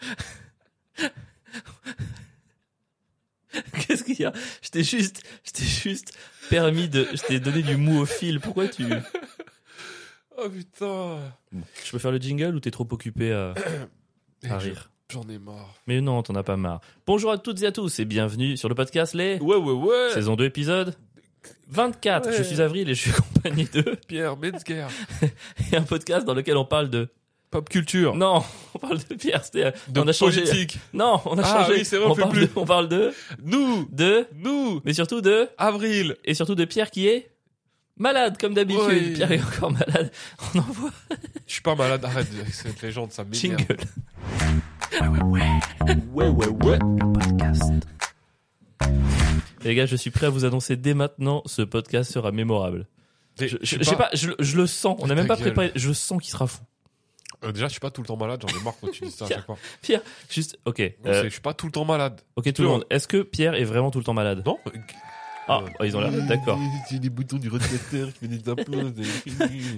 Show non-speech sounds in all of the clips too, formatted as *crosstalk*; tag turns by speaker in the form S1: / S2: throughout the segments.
S1: *laughs* rire. Je t'ai juste, je t'ai juste permis de, je t'ai donné du mou au fil. Pourquoi tu,
S2: Oh putain
S1: je peux faire le jingle ou t'es trop occupé à, à rire?
S2: J'en
S1: *laughs*
S2: ai marre.
S1: Mais non, t'en as pas marre. Bonjour à toutes et à tous et bienvenue sur le podcast Les
S2: Ouais, ouais, ouais
S1: Saison 2 épisode 24.
S2: Ouais.
S1: Je suis Avril et je suis compagnie de
S2: Pierre Metzger.
S1: et un podcast dans lequel on parle de
S2: Pop culture.
S1: non, on parle de Pierre. c'était-
S2: de
S1: on a changé.
S2: politique.
S1: Non, on a
S2: Ah
S1: changé.
S2: oui, c'est vrai, on
S1: on,
S2: fait
S1: parle
S2: plus.
S1: de, on parle de
S2: Nous
S1: de
S2: Nous
S1: mais surtout de
S2: Avril
S1: et surtout de Pierre qui est malade comme d'habitude.
S2: Oui.
S1: Pierre est encore malade. On envoie
S2: Je suis pas malade, arrête avec cette légende, ça m'énerve.
S1: jingle.
S2: Ouais, ouais, ouais
S1: Et les gars, je suis prêt à vous annoncer dès maintenant, ce podcast sera mémorable.
S2: Je,
S1: Je, je-
S2: suis
S1: je sais pas, je, je le sens. On n'a
S2: Ta
S1: même pas
S2: gueule.
S1: préparé. Je sens qu'il sera fou.
S2: Euh, déjà, je suis pas tout le temps malade, j'en ai marre quand tu dis ça à chaque fois.
S1: Juste, ok.
S2: Non,
S1: euh,
S2: c'est- Je suis pas tout le temps malade.
S1: Ok tout le monde, est-ce que Pierre est vraiment tout le temps malade
S2: Non euh,
S1: Ah, oh, ils ont l'air, d'accord.
S2: J'ai des boutons du radiateur qui
S1: *laughs*
S2: venait d'imploser.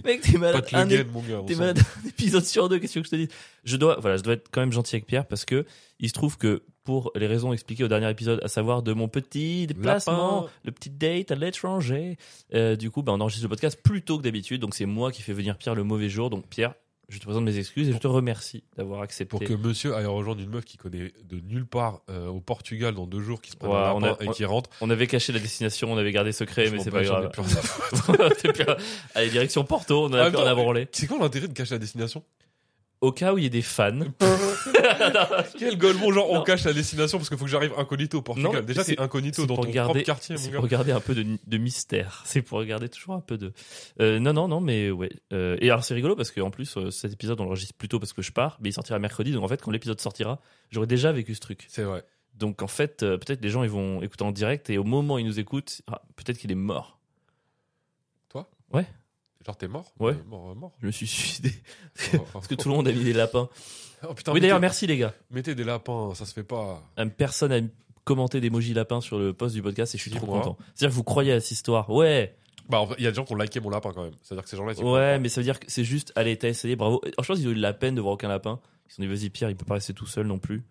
S1: Mec, t'es
S2: Pas
S1: malade,
S2: de
S1: un,
S2: le game, mon gars. on
S1: ép- t'es
S2: s'en-
S1: malade un épisode sur deux, qu'est-ce que tu veux que je te dise Je dois, voilà, je dois être quand même gentil avec Pierre parce que il se trouve que pour les raisons expliquées au dernier épisode, à savoir de mon petit déplacement,
S2: Lapin.
S1: le petit date à l'étranger, euh, du coup, bah, on enregistre le podcast plus tôt que d'habitude, donc c'est moi qui fais venir Pierre le mauvais jour, donc Pierre, je te présente mes excuses et je te remercie d'avoir accepté.
S2: Pour que monsieur aille rejoindre une meuf qui connaît de nulle part euh, au Portugal dans deux jours, qui se prend
S1: Ouais,
S2: un
S1: on
S2: lapin
S1: a-
S2: et
S1: on-
S2: qui rentre.
S1: On avait caché la destination, on avait gardé secret,
S2: Je
S1: mais
S2: m'en
S1: c'est
S2: bats,
S1: pas
S2: j'en ai
S1: grave.
S2: plus rien à foutre.
S1: *laughs* C'est plus- Allez, direction Porto, on en
S2: En
S1: a
S2: même
S1: plus en
S2: temps,
S1: avoir branlé.
S2: C'est quoi l'intérêt de cacher la destination
S1: au cas où il y ait des fans.
S2: Quel golemon, genre on
S1: Non.
S2: cache la destination parce qu'il faut que j'arrive incognito au Portugal.
S1: Non,
S2: Déjà,
S1: c'est-
S2: c'est incognito
S1: c'est
S2: dans
S1: pour
S2: ton
S1: garder-
S2: propre quartier, mon
S1: C'est
S2: gars.
S1: pour garder un peu de, de mystère. C'est pour regarder toujours un peu de. Euh, non, non, non, mais ouais. Euh, et alors c'est rigolo parce qu'en plus euh, cet épisode on l'enregistre plus tôt parce que je pars, mais il sortira mercredi. Donc en fait, quand l'épisode sortira, j'aurai déjà vécu ce truc.
S2: C'est vrai.
S1: Donc en fait, euh, peut-être les gens ils vont écouter en direct et au moment où ils nous écoutent, ah, peut-être qu'il est mort.
S2: Genre, t'es mort
S1: Ouais.
S2: Euh, Mort, euh, mort.
S1: Je me suis suicidé
S2: Oh,
S1: *laughs* parce que tout le monde a mis des lapins.
S2: oh, putain,
S1: oui d'ailleurs,
S2: mettez-
S1: merci les gars.
S2: Mettez des lapins, ça se fait pas.
S1: Euh, Personne a commenté d'emoji lapin sur le post du podcast et je suis trop
S2: Dis-moi.
S1: content. C'est-à-dire que vous croyez à cette histoire. Ouais.
S2: Bah, en vrai, il y a des gens qui ont liké mon lapin quand même. C'est-à-dire que ces gens-là, ils y croient
S1: Ouais, mais ça veut dire que c'est juste, allez, t'as essayé, bravo. Alors, je pense qu'ils ont eu de la peine de voir aucun lapin. Ils se sont dit, vas-y, Pierre, il peut pas rester tout seul non plus.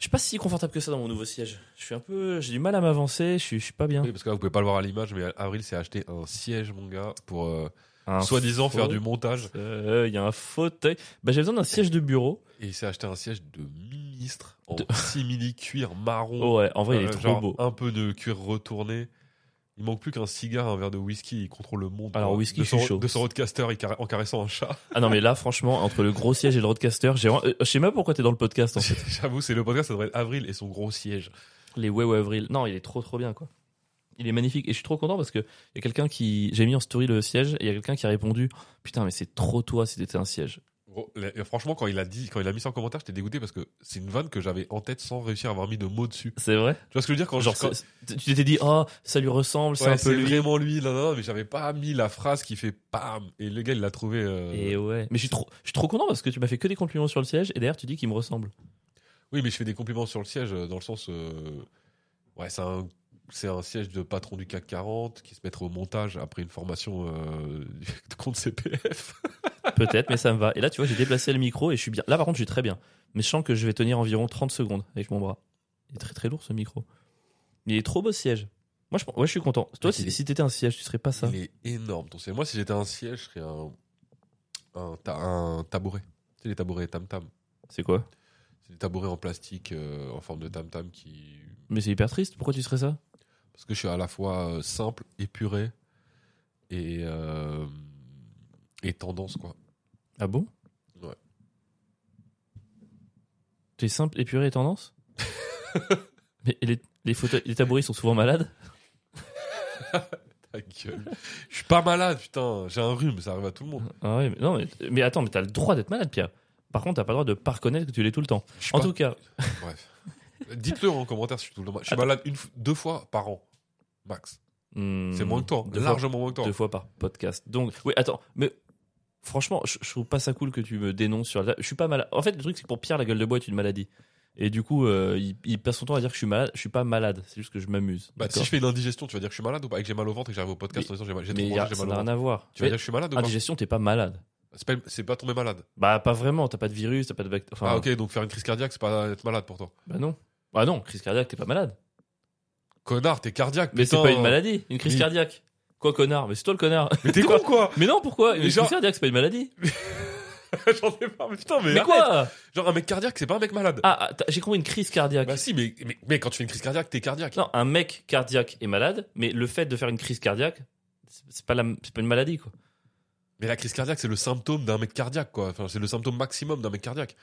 S1: Je suis pas si confortable que ça dans mon nouveau siège. Je suis un peu, j'ai du mal à m'avancer, je suis, je suis pas bien.
S2: pas. Oui, parce que là, vous pouvez pas le voir à l'image, mais Avril s'est acheté un siège, mon gars, pour euh,
S1: Un
S2: soi-disant faire du
S1: fauteuil,
S2: montage.
S1: euh, Il y a un fauteuil. Bah, j'ai besoin d'un siège de bureau.
S2: Et il s'est acheté un siège de ministre en
S1: De-
S2: simili-cuir marron.
S1: Oh, ouais, en vrai, il est
S2: Euh,
S1: trop
S2: genre
S1: beau.
S2: Un peu de cuir retourné. Il manque plus qu'un cigare, un verre de whisky. Il contrôle le monde.
S1: Alors,
S2: quoi.
S1: whisky,
S2: de
S1: je suis
S2: son,
S1: chaud.
S2: De son roadcaster il cara- en caressant un chat.
S1: Ah non, mais là, franchement, entre le gros siège et le roadcaster, j'ai, vraiment- euh, je sais même pas pourquoi t'es dans le podcast, hein.
S2: *laughs*
S1: en fait.
S2: J'avoue, c'est le podcast, ça devrait être Avril et son gros siège.
S1: Les Ouais Ouais Avril. Non, il est trop trop bien quoi. Il est magnifique et je suis trop content parce que il y a quelqu'un qui j'ai mis en story le siège et il y a quelqu'un qui a répondu putain mais c'est trop toi si t'étais un siège.
S2: Gros, la- et franchement, quand il a dit, quand il a mis ça en commentaire, j'étais dégoûté parce que c'est une vanne que j'avais en tête sans réussir à avoir mis de mots dessus.
S1: C'est vrai.
S2: Tu vois ce que je veux dire quand
S1: Genre
S2: je, quand-
S1: c'est- c'est- tu t'étais dit oh ça lui ressemble c'est
S2: Ouais,
S1: un peu
S2: c'est
S1: lui.
S2: vraiment lui, non, non, non, mais j'avais pas mis la phrase qui fait pam. Et le gars, il l'a trouvé. euh,
S1: Et ouais. Mais je suis trop je suis trop content parce que tu m'as fait que des compliments sur le siège et d'ailleurs tu dis qu'il me
S2: *laughs*
S1: ressemble.
S2: Oui, mais je fais des compliments sur le siège euh, dans le sens. euh, Ouais, c'est un. C'est un siège de patron du CAC 40 qui se mettra au montage après une formation euh, *laughs* de compte CPF.
S1: Peut-être mais ça me va. Et là tu vois j'ai déplacé le micro et je suis bien. Là par contre je suis très bien. Mais je sens que je vais tenir environ 30 secondes avec mon bras. Il est très très lourd ce micro. Mais il est trop beau ce siège. Moi je, ouais, je suis content. Toi
S2: Ouais, il est-
S1: si, si t'étais un siège tu serais pas ça.
S2: Il est énorme ton siège. Moi, si j'étais un siège, je serais un, un, ta- un tabouret. Tu sais, les tabourets tam-tam.
S1: C'est quoi
S2: C'est des tabourets en plastique euh, en forme de tam-tam qui.
S1: Mais c'est hyper triste. Pourquoi tu serais ça
S2: Parce que je suis à la fois euh, simple, épuré et. euh, et tendance, quoi.
S1: Ah bon
S2: Ouais.
S1: T'es simple, épuré et tendance *laughs* Mais les, les, fauteuils- les tabourets sont souvent malades
S2: Ta *laughs* gueule. Je suis pas malade, putain. J'ai un rhume, ça arrive à tout le monde.
S1: Ah ouais, mais, non, mais, mais attends, mais t'as le droit d'être malade, Pierre. Par contre, t'as pas le droit de pas reconnaître que tu l'es tout le temps.
S2: Je suis
S1: En
S2: pas-
S1: tout cas,
S2: Bref. Euh, Dites-le en commentaire si je suis tout le temps. Je suis
S1: Attends.
S2: malade une, f- deux fois par an, max.
S1: hmm,
S2: C'est moins que toi. hein.
S1: deux fois-
S2: Largement moins que toi.
S1: deux fois par podcast. Donc, oui, attends, mais franchement, je, je trouve pas ça cool que tu me dénonces sur la. Je suis pas malade. En fait, le truc, c'est que pour Pierre, la gueule de bois est une maladie. Et du coup, euh, il, il passe son temps à dire que je suis malade. Je suis pas malade, c'est juste que je m'amuse.
S2: Bah, si
S1: d'accord
S2: je fais une indigestion, tu vas dire que je suis malade ou pas Et que j'ai mal au ventre et que j'arrive au podcast en disant j'ai mal- j'ai trop
S1: mais
S2: mangé,
S1: y a-
S2: j'ai
S1: ça
S2: mal
S1: n'a
S2: au
S1: rien
S2: ventre.
S1: à voir.
S2: Tu vas dire que je suis malade ou pas
S1: Indigestion, Ah, t'es pas malade.
S2: C'est pas- C'est pas tomber malade.
S1: Bah pas vraiment, t'as pas de virus, t'as pas de bactéries. Enfin,
S2: Ah, ok, donc faire une crise cardiaque, c'est pas être malade euh, pour toi.
S1: Bah non. Bah non, crise cardiaque, t'es pas malade.
S2: Connard, t'es cardiaque.
S1: Mais c'est
S2: putain.
S1: pas une maladie, une crise
S2: Oui.
S1: cardiaque. Quoi, connard Mais c'est toi le
S2: *laughs*
S1: connard.
S2: Mais t'es con quoi
S1: Mais non, pourquoi Une
S2: Mais genre-
S1: crise cardiaque, c'est pas une maladie.
S2: *laughs* J'en ai marre, mais putain, mais,
S1: Mais
S2: arrête.
S1: quoi
S2: Genre un mec cardiaque, c'est pas un mec malade.
S1: Ah, ah, t'as- j'ai compris une crise cardiaque.
S2: Bah si, mais, mais, mais quand tu fais une crise cardiaque, t'es cardiaque.
S1: non, un mec cardiaque est malade, mais le fait de faire une crise cardiaque, c'est c'est pas, la- c'est pas une maladie, quoi.
S2: Mais la crise cardiaque, c'est le symptôme d'un mec cardiaque, quoi. Enfin, c'est le symptôme maximum d'un mec cardiaque.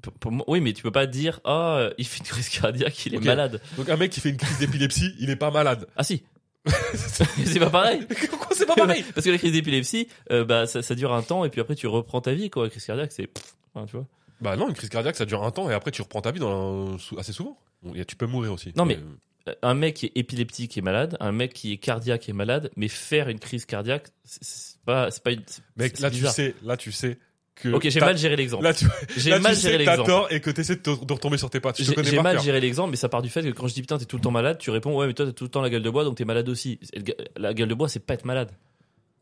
S1: Pour- pour moi- oui, mais tu peux pas dire, ah, euh, il fait une crise cardiaque, il est
S2: Ok.
S1: malade.
S2: Donc un mec qui fait une crise d'épilepsie, il est pas malade.
S1: Ah
S2: *laughs*
S1: si *laughs* C'est pas pareil
S2: Pourquoi
S1: *laughs*
S2: c'est pas pareil
S1: Parce que la crise d'épilepsie, euh, bah, ça, ça dure un temps et puis après tu reprends ta vie, quoi. La crise cardiaque, c'est. pff, hein, tu vois
S2: Bah non, une crise cardiaque, ça dure un temps et après tu reprends ta vie dans un- sou- assez souvent. Bon, y a- Tu peux mourir aussi. Euh,
S1: Non, mais- Euh, un mec qui est épileptique est malade, un mec qui est cardiaque est malade, mais faire une crise cardiaque, c'est- c'est pas, c'est pas une. c'est-
S2: Mec,
S1: c'est
S2: là
S1: bizarre.
S2: tu sais, là tu sais que.
S1: Ok, j'ai
S2: t'as-
S1: mal géré l'exemple.
S2: Là tu,
S1: J'ai
S2: là,
S1: mal
S2: tu
S1: géré
S2: sais que t'as
S1: l'exemple.
S2: tort et que t'essaies de, te- de retomber sur tes pattes. Je te
S1: J'ai
S2: connais
S1: j'ai
S2: par
S1: mal
S2: cœur.
S1: géré l'exemple, mais ça part du fait que quand je dis putain, t'es tout le temps malade, tu réponds ouais, mais toi, t'as tout le temps la gueule de bois, donc t'es malade aussi. Et le ga- La gueule de bois, c'est pas être malade.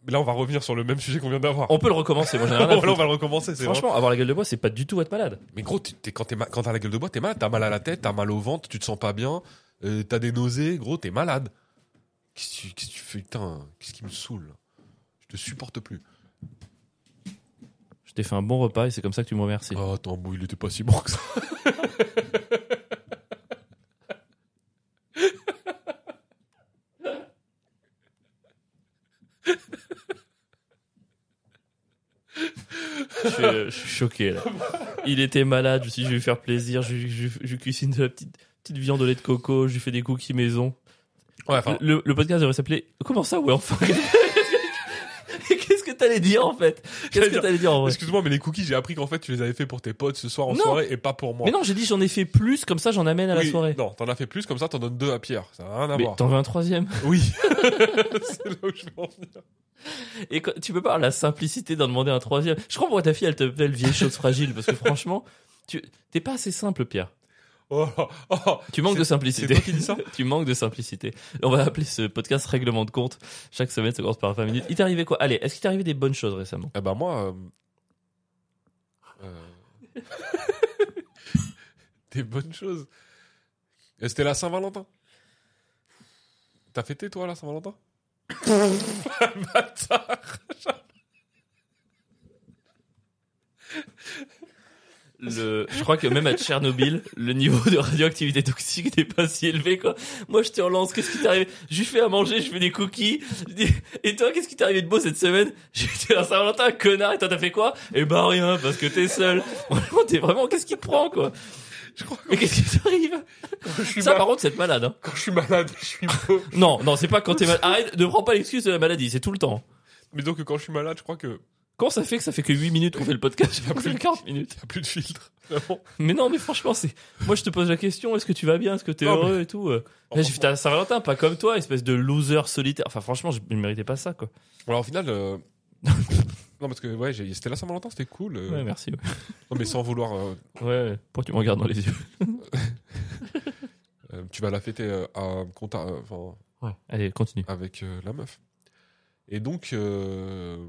S2: Là, on va revenir sur le même sujet qu'on vient d'avoir.
S1: On peut le recommencer, moi j'en ai
S2: *laughs*
S1: rien à
S2: Là, on
S1: foutre.
S2: va le recommencer. c'est
S1: Franchement, avoir la gueule de bois, c'est pas du tout être malade.
S2: Mais gros, tu- t'es- quand t'es ma- quand t'as la gueule de bois, t'es malade. T'as mal à la tête, t'as mal au ventre, tu te sens pas bien, euh, t'as des nausées, gros, t'es malade. Qu'est-ce que tu- qu'est-ce que tu fais Putain, qu'est-ce qui me saoule là Je te supporte plus.
S1: Je t'ai fait un bon repas et c'est comme ça que tu me remercies.
S2: Oh, attends, bon, il était pas si bon que ça.
S1: Je, suis, euh, je suis choqué là. Il était malade, je me suis dit, je vais lui faire plaisir, je, lui- je, lui- je lui cuisine de la petite, petite viande au lait de coco, je lui fais des cookies maison.
S2: Ouais, enfin,
S1: le, le podcast devrait s'appeler Comment ça, ouais, enfin *laughs* Qu'est-ce que t'allais dire en fait Qu'est-ce que t'allais dire en vrai
S2: excuse-moi, mais les cookies, j'ai appris qu'en fait, tu les avais fait pour tes potes ce soir en
S1: Non.
S2: soirée et pas pour moi.
S1: Mais non, j'ai dit j'en ai fait plus, comme ça j'en amène à la
S2: Oui,
S1: soirée.
S2: Non, t'en as fait plus, comme ça, t'en donnes deux à Pierre. Ça n'a rien à
S1: Mais
S2: voir.
S1: t'en veux un troisième
S2: Oui. *laughs* c'est là où je veux en venir.
S1: Et quand- tu peux pas avoir la simplicité d'en demander un troisième. Je crois pourquoi ta fille elle t'appelle vieille chose fragile parce que franchement, tu t'es pas assez simple, Pierre.
S2: Oh, oh,
S1: Tu manques
S2: C'est-
S1: de
S2: c'est
S1: simplicité.
S2: toi qui dis ça
S1: *laughs* tu manques de simplicité. On va appeler ce podcast règlement de compte. Chaque semaine, ça commence par 20 minutes. Il t'est arrivé quoi Allez, est-ce qu'il t'est arrivé des bonnes choses récemment
S2: Eh ben moi. euh, euh, *laughs* Des bonnes choses. Et C'était la Saint-Valentin. T'as fêté toi la Saint-Valentin Bâtard.
S1: Le- Je crois que même à Tchernobyl, *laughs* le niveau de radioactivité toxique n'est pas si élevé. quoi. Moi, je te relance. Qu'est-ce qui t'est arrivé Je lui fais à manger, je fais des cookies. *laughs* Je dis, Et toi, qu'est-ce qui t'est arrivé de beau cette semaine *laughs* J'ai été à Saint-Valentin, connard. Et toi, t'as fait quoi Eh ben rien, parce que t'es seul. *laughs* Franchement, t'es vraiment... Qu'est-ce qui te prend, quoi
S2: Je crois bah que
S1: Mais qu'est-ce qui t'arrive
S2: quand *laughs* je suis,
S1: Ça,
S2: mal-
S1: par contre, c'est être malade. hein.
S2: quand je suis malade, je suis beau.
S1: Non, non, c'est pas quand t'es malade. Arrête, ne prends pas l'excuse de la maladie. C'est tout le temps.
S2: Mais donc quand je suis malade, je crois que
S1: Comment ça fait que ça fait que 8 minutes qu'on fait le podcast J'ai pas plus de 40 minutes.
S2: t'as plus de filtre. *laughs* Vraiment.
S1: Mais non, mais franchement, c'est. Moi, je te pose la question est-ce que tu vas bien Est-ce que t'es
S2: Non, mais-
S1: heureux et tout euh. Là, j'ai fait à Saint-Valentin, pas comme toi, espèce de loser solitaire. Enfin, franchement, je ne méritais pas ça, quoi.
S2: Bon, alors au final.
S1: *laughs*
S2: euh, non parce que ouais, j'ai- c'était la Saint-Valentin, c'était cool. euh,
S1: Ouais, merci. Ouais,
S2: Non mais sans vouloir. euh,
S1: ouais, ouais. pourquoi tu me regardes dans les yeux
S2: euh, tu vas la fêter euh, à compta- euh, enfin,
S1: Ouais. Allez, continue.
S2: avec euh, la meuf. Et donc, euh,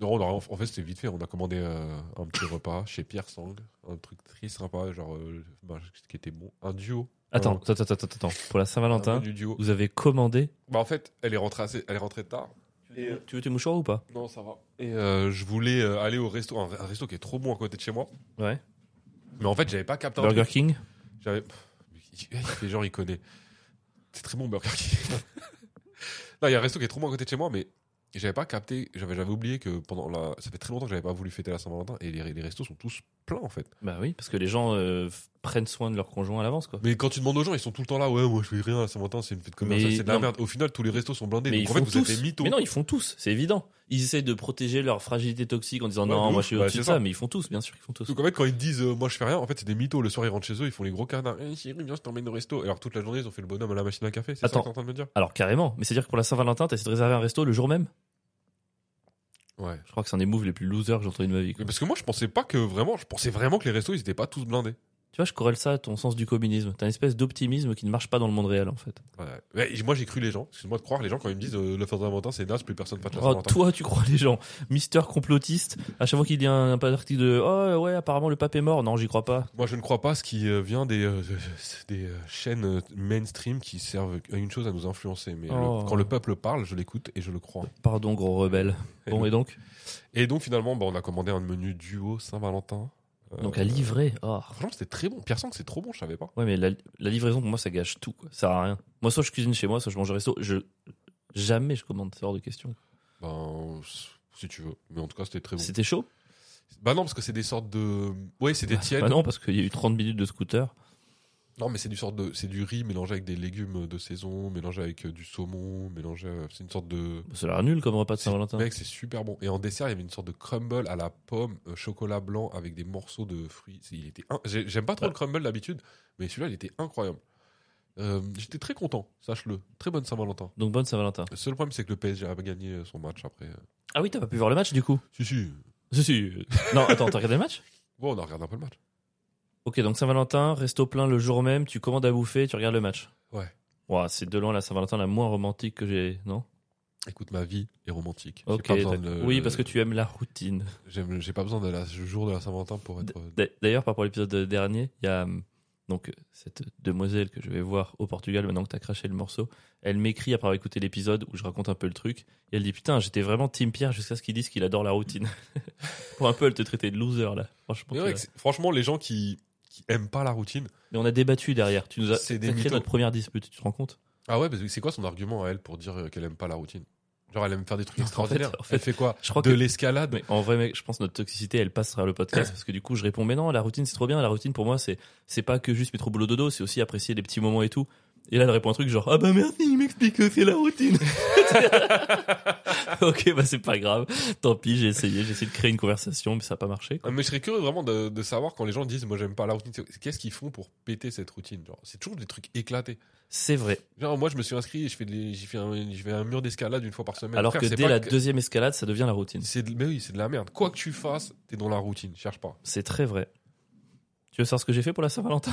S2: non, on a- en fait, c'était vite fait. On a commandé euh, un petit repas chez Pierre Sang, un truc très sympa, genre euh, bah, ce qui était bon, un duo.
S1: Attends,
S2: Un-
S1: attends, attends, attends, attends. Pour la
S2: un
S1: Saint-Valentin,
S2: menu duo.
S1: vous avez commandé.
S2: Bah, en fait, elle est rentrée, assez- elle est rentrée tard. Et, euh,
S1: Tu veux tes mouchoirs ou pas
S2: non, ça va. Et euh, je voulais euh, aller au resto, un, un resto qui est trop bon à côté de chez moi.
S1: Ouais.
S2: Mais en fait, j'avais pas capté. un
S1: Burger
S2: truc.
S1: King
S2: J'avais. Pff, Il fait genre, il connaît. C'est très bon Burger
S1: *laughs*
S2: King. non, il y a un resto qui est trop bon à côté de chez moi, mais j'avais pas capté, j'avais j'avais oublié que pendant la. Ça fait très longtemps que j'avais pas voulu fêter la Saint-Valentin et les, les restos sont tous pleins en fait.
S1: Bah oui, parce que les gens euh, f- prennent soin de leur conjoint à l'avance, quoi.
S2: Mais quand tu demandes aux gens, ils sont tout le temps là, ouais, moi je fais rien à la Saint-Valentin, c'est une fête commerciale,
S1: Mais
S2: c'est de la
S1: non.
S2: merde. Au final, tous les restos sont blindés.
S1: Mais
S2: donc
S1: ils
S2: en fait,
S1: font
S2: vous êtes
S1: tous.
S2: des mythos.
S1: Mais non, ils font tous, c'est évident. Ils essayent de protéger leur fragilité toxique en disant
S2: Ouais,
S1: non,
S2: de
S1: moi
S2: ouf,
S1: je suis
S2: bah,
S1: au-dessus
S2: c'est
S1: de ça,
S2: ça.
S1: mais ils font tous, bien sûr, ils font tous.
S2: Donc en fait, quand ils disent euh, moi je fais rien, en fait, c'est des mythos. Le soir, ils rentrent chez eux, ils font les gros canards. Eh, chérie, viens, je t'emmène au resto. Alors toute la journée, ils ont fait le bonhomme à la machine à café. C'est ça
S1: Attends.
S2: que t'es en train de me dire
S1: Alors carrément, mais c'est-à-dire que pour la Saint-Valentin, t'as essayé de réserver un resto le jour même
S2: Ouais.
S1: Je crois que c'est un des moves les plus losers que j'ai entendu de ma vie. quoi.
S2: Parce que moi, je pensais pas que vraiment, je pensais vraiment que les restos, ils étaient pas tous blindés.
S1: Tu vois, je corrèle ça à ton sens du communisme. T'as une espèce d'optimisme qui ne marche pas dans le monde réel, en fait.
S2: Ouais. Ouais, moi, j'ai cru les gens. Excuse-moi de croire les gens quand ils me disent euh, le Saint-Valentin, c'est naze, plus personne ne fête la
S1: Oh,
S2: Saint-Valentin.
S1: toi, tu crois les gens. Mister complotiste, à chaque fois qu'il y a un, un article de Oh, ouais, apparemment le pape est mort. Non, j'y crois pas.
S2: Moi, je ne crois pas ce qui euh, vient des, euh, *laughs* des euh, chaînes euh, mainstream qui servent à une chose à nous influencer. Mais le-
S1: Oh.
S2: quand le peuple parle, je l'écoute et je le crois.
S1: Pardon, gros
S2: *laughs*
S1: rebelle. Bon, et donc
S2: Et donc, finalement, bah, on a commandé un menu duo Saint-Valentin. Euh,
S1: Donc, à livrer. Oh.
S2: Franchement, c'était très bon. Pierre Sang, c'est trop bon, je savais pas.
S1: Ouais, mais la, la livraison, pour moi, ça gâche tout. Quoi. Ça sert à rien. Moi, soit je cuisine chez moi, soit je mange au resto. Je... Jamais je commande, c'est hors de question.
S2: Ben, s- si tu veux. Mais en tout cas, c'était très bon.
S1: C'était chaud
S2: Bah non, parce que c'est des sortes de. Oui, c'était tiède.
S1: Bah non, parce qu'il y a eu 30 minutes de scooter.
S2: Non, mais c'est du sorte de, c'est du riz mélangé avec des légumes de saison, mélangé avec euh, du saumon, mélangé. euh, C'est une sorte de.
S1: Bah, Ça a l'air nul comme repas de
S2: C'est-
S1: Saint-Valentin.
S2: Mec, c'est super bon. Et en dessert, il y avait une sorte de crumble à la pomme, euh, chocolat blanc avec des morceaux de fruits. C'est- Il était. in- j'ai- J'aime pas trop
S1: Ouais.
S2: le crumble d'habitude, mais celui-là, il était incroyable. Euh, J'étais très content, sache-le. Très bonne Saint-Valentin.
S1: Donc, bonne Saint-Valentin.
S2: Le seul problème, c'est que le PSG a gagné euh, son match après.
S1: Ah oui, t'as pas pu voir le match du coup
S2: Si, si.
S1: Si, si. Non, attends, t'as regardé le match
S2: Bon, on a regardé un peu le match.
S1: Ok, donc Saint-Valentin, resto plein le jour même, tu commandes à bouffer, tu regardes le match.
S2: Ouais.
S1: Ouah, c'est de loin la Saint-Valentin la moins romantique que j'ai, non
S2: Écoute, ma vie est romantique. J'ai
S1: Ok.
S2: pas besoin de
S1: d'accord.
S2: le-
S1: Oui, parce que tu aimes la routine.
S2: J'aime- J'ai pas besoin de la le jour de la Saint-Valentin pour être. euh,
S1: D'a- D'ailleurs, par rapport à l'épisode dernier, il y a hum, donc cette demoiselle que je vais voir au Portugal maintenant que t'as craché le morceau. Elle m'écrit après avoir écouté l'épisode où je raconte un peu le truc. Et elle dit Putain, j'étais vraiment Team Pierre jusqu'à ce qu'il dise qu'il adore la routine. *laughs* Pour un peu, elle te traitait de loser là. Franchement,
S2: Mais
S1: tu
S2: ouais,
S1: vois.
S2: c'est- franchement, les gens qui, qui aiment pas la routine.
S1: Mais on a débattu derrière. Tu nous as
S2: C'est
S1: t'as
S2: des
S1: créé
S2: mythos.
S1: notre première dispute, tu te rends compte
S2: Ah ouais, parce que c'est quoi son argument à elle pour dire euh, qu'elle aime pas la routine Genre, elle aime faire des trucs
S1: Non, en
S2: extraordinaires.
S1: fait- en fait,
S2: elle fait quoi
S1: je crois
S2: De
S1: que-
S2: l'escalade
S1: Mais en vrai, mec, je pense que notre toxicité, elle passe à le
S2: *clears throat*
S1: podcast parce que du coup, je réponds mais non, la routine, c'est trop bien. La routine, pour moi, c'est c'est pas que juste métro boulot dodo, c'est aussi apprécier les petits moments et tout. Et là, elle répond un truc genre ah bah merci, il m'explique que c'est la
S2: *laughs*
S1: routine. ok, bah c'est pas grave. Tant pis, j'ai essayé, j'ai essayé de créer une conversation, mais ça a pas marché. quoi.
S2: Ah, Mais je serais curieux vraiment de, de savoir quand les gens disent moi j'aime pas la routine, c'est- qu'est-ce qu'ils font pour péter cette routine Genre, C'est toujours des trucs éclatés.
S1: C'est vrai.
S2: Genre moi je me suis inscrit et je fais, des- j'ai fait un, je fais un mur d'escalade une fois par semaine.
S1: Alors
S2: Frère,
S1: que
S2: c'est
S1: dès
S2: pas
S1: la
S2: que-
S1: deuxième escalade, ça devient la routine.
S2: c'est de- Mais oui, c'est de la merde. Quoi que tu fasses, t'es dans la routine, cherche pas.
S1: C'est très vrai. Tu veux savoir ce que j'ai fait pour la Saint-Valentin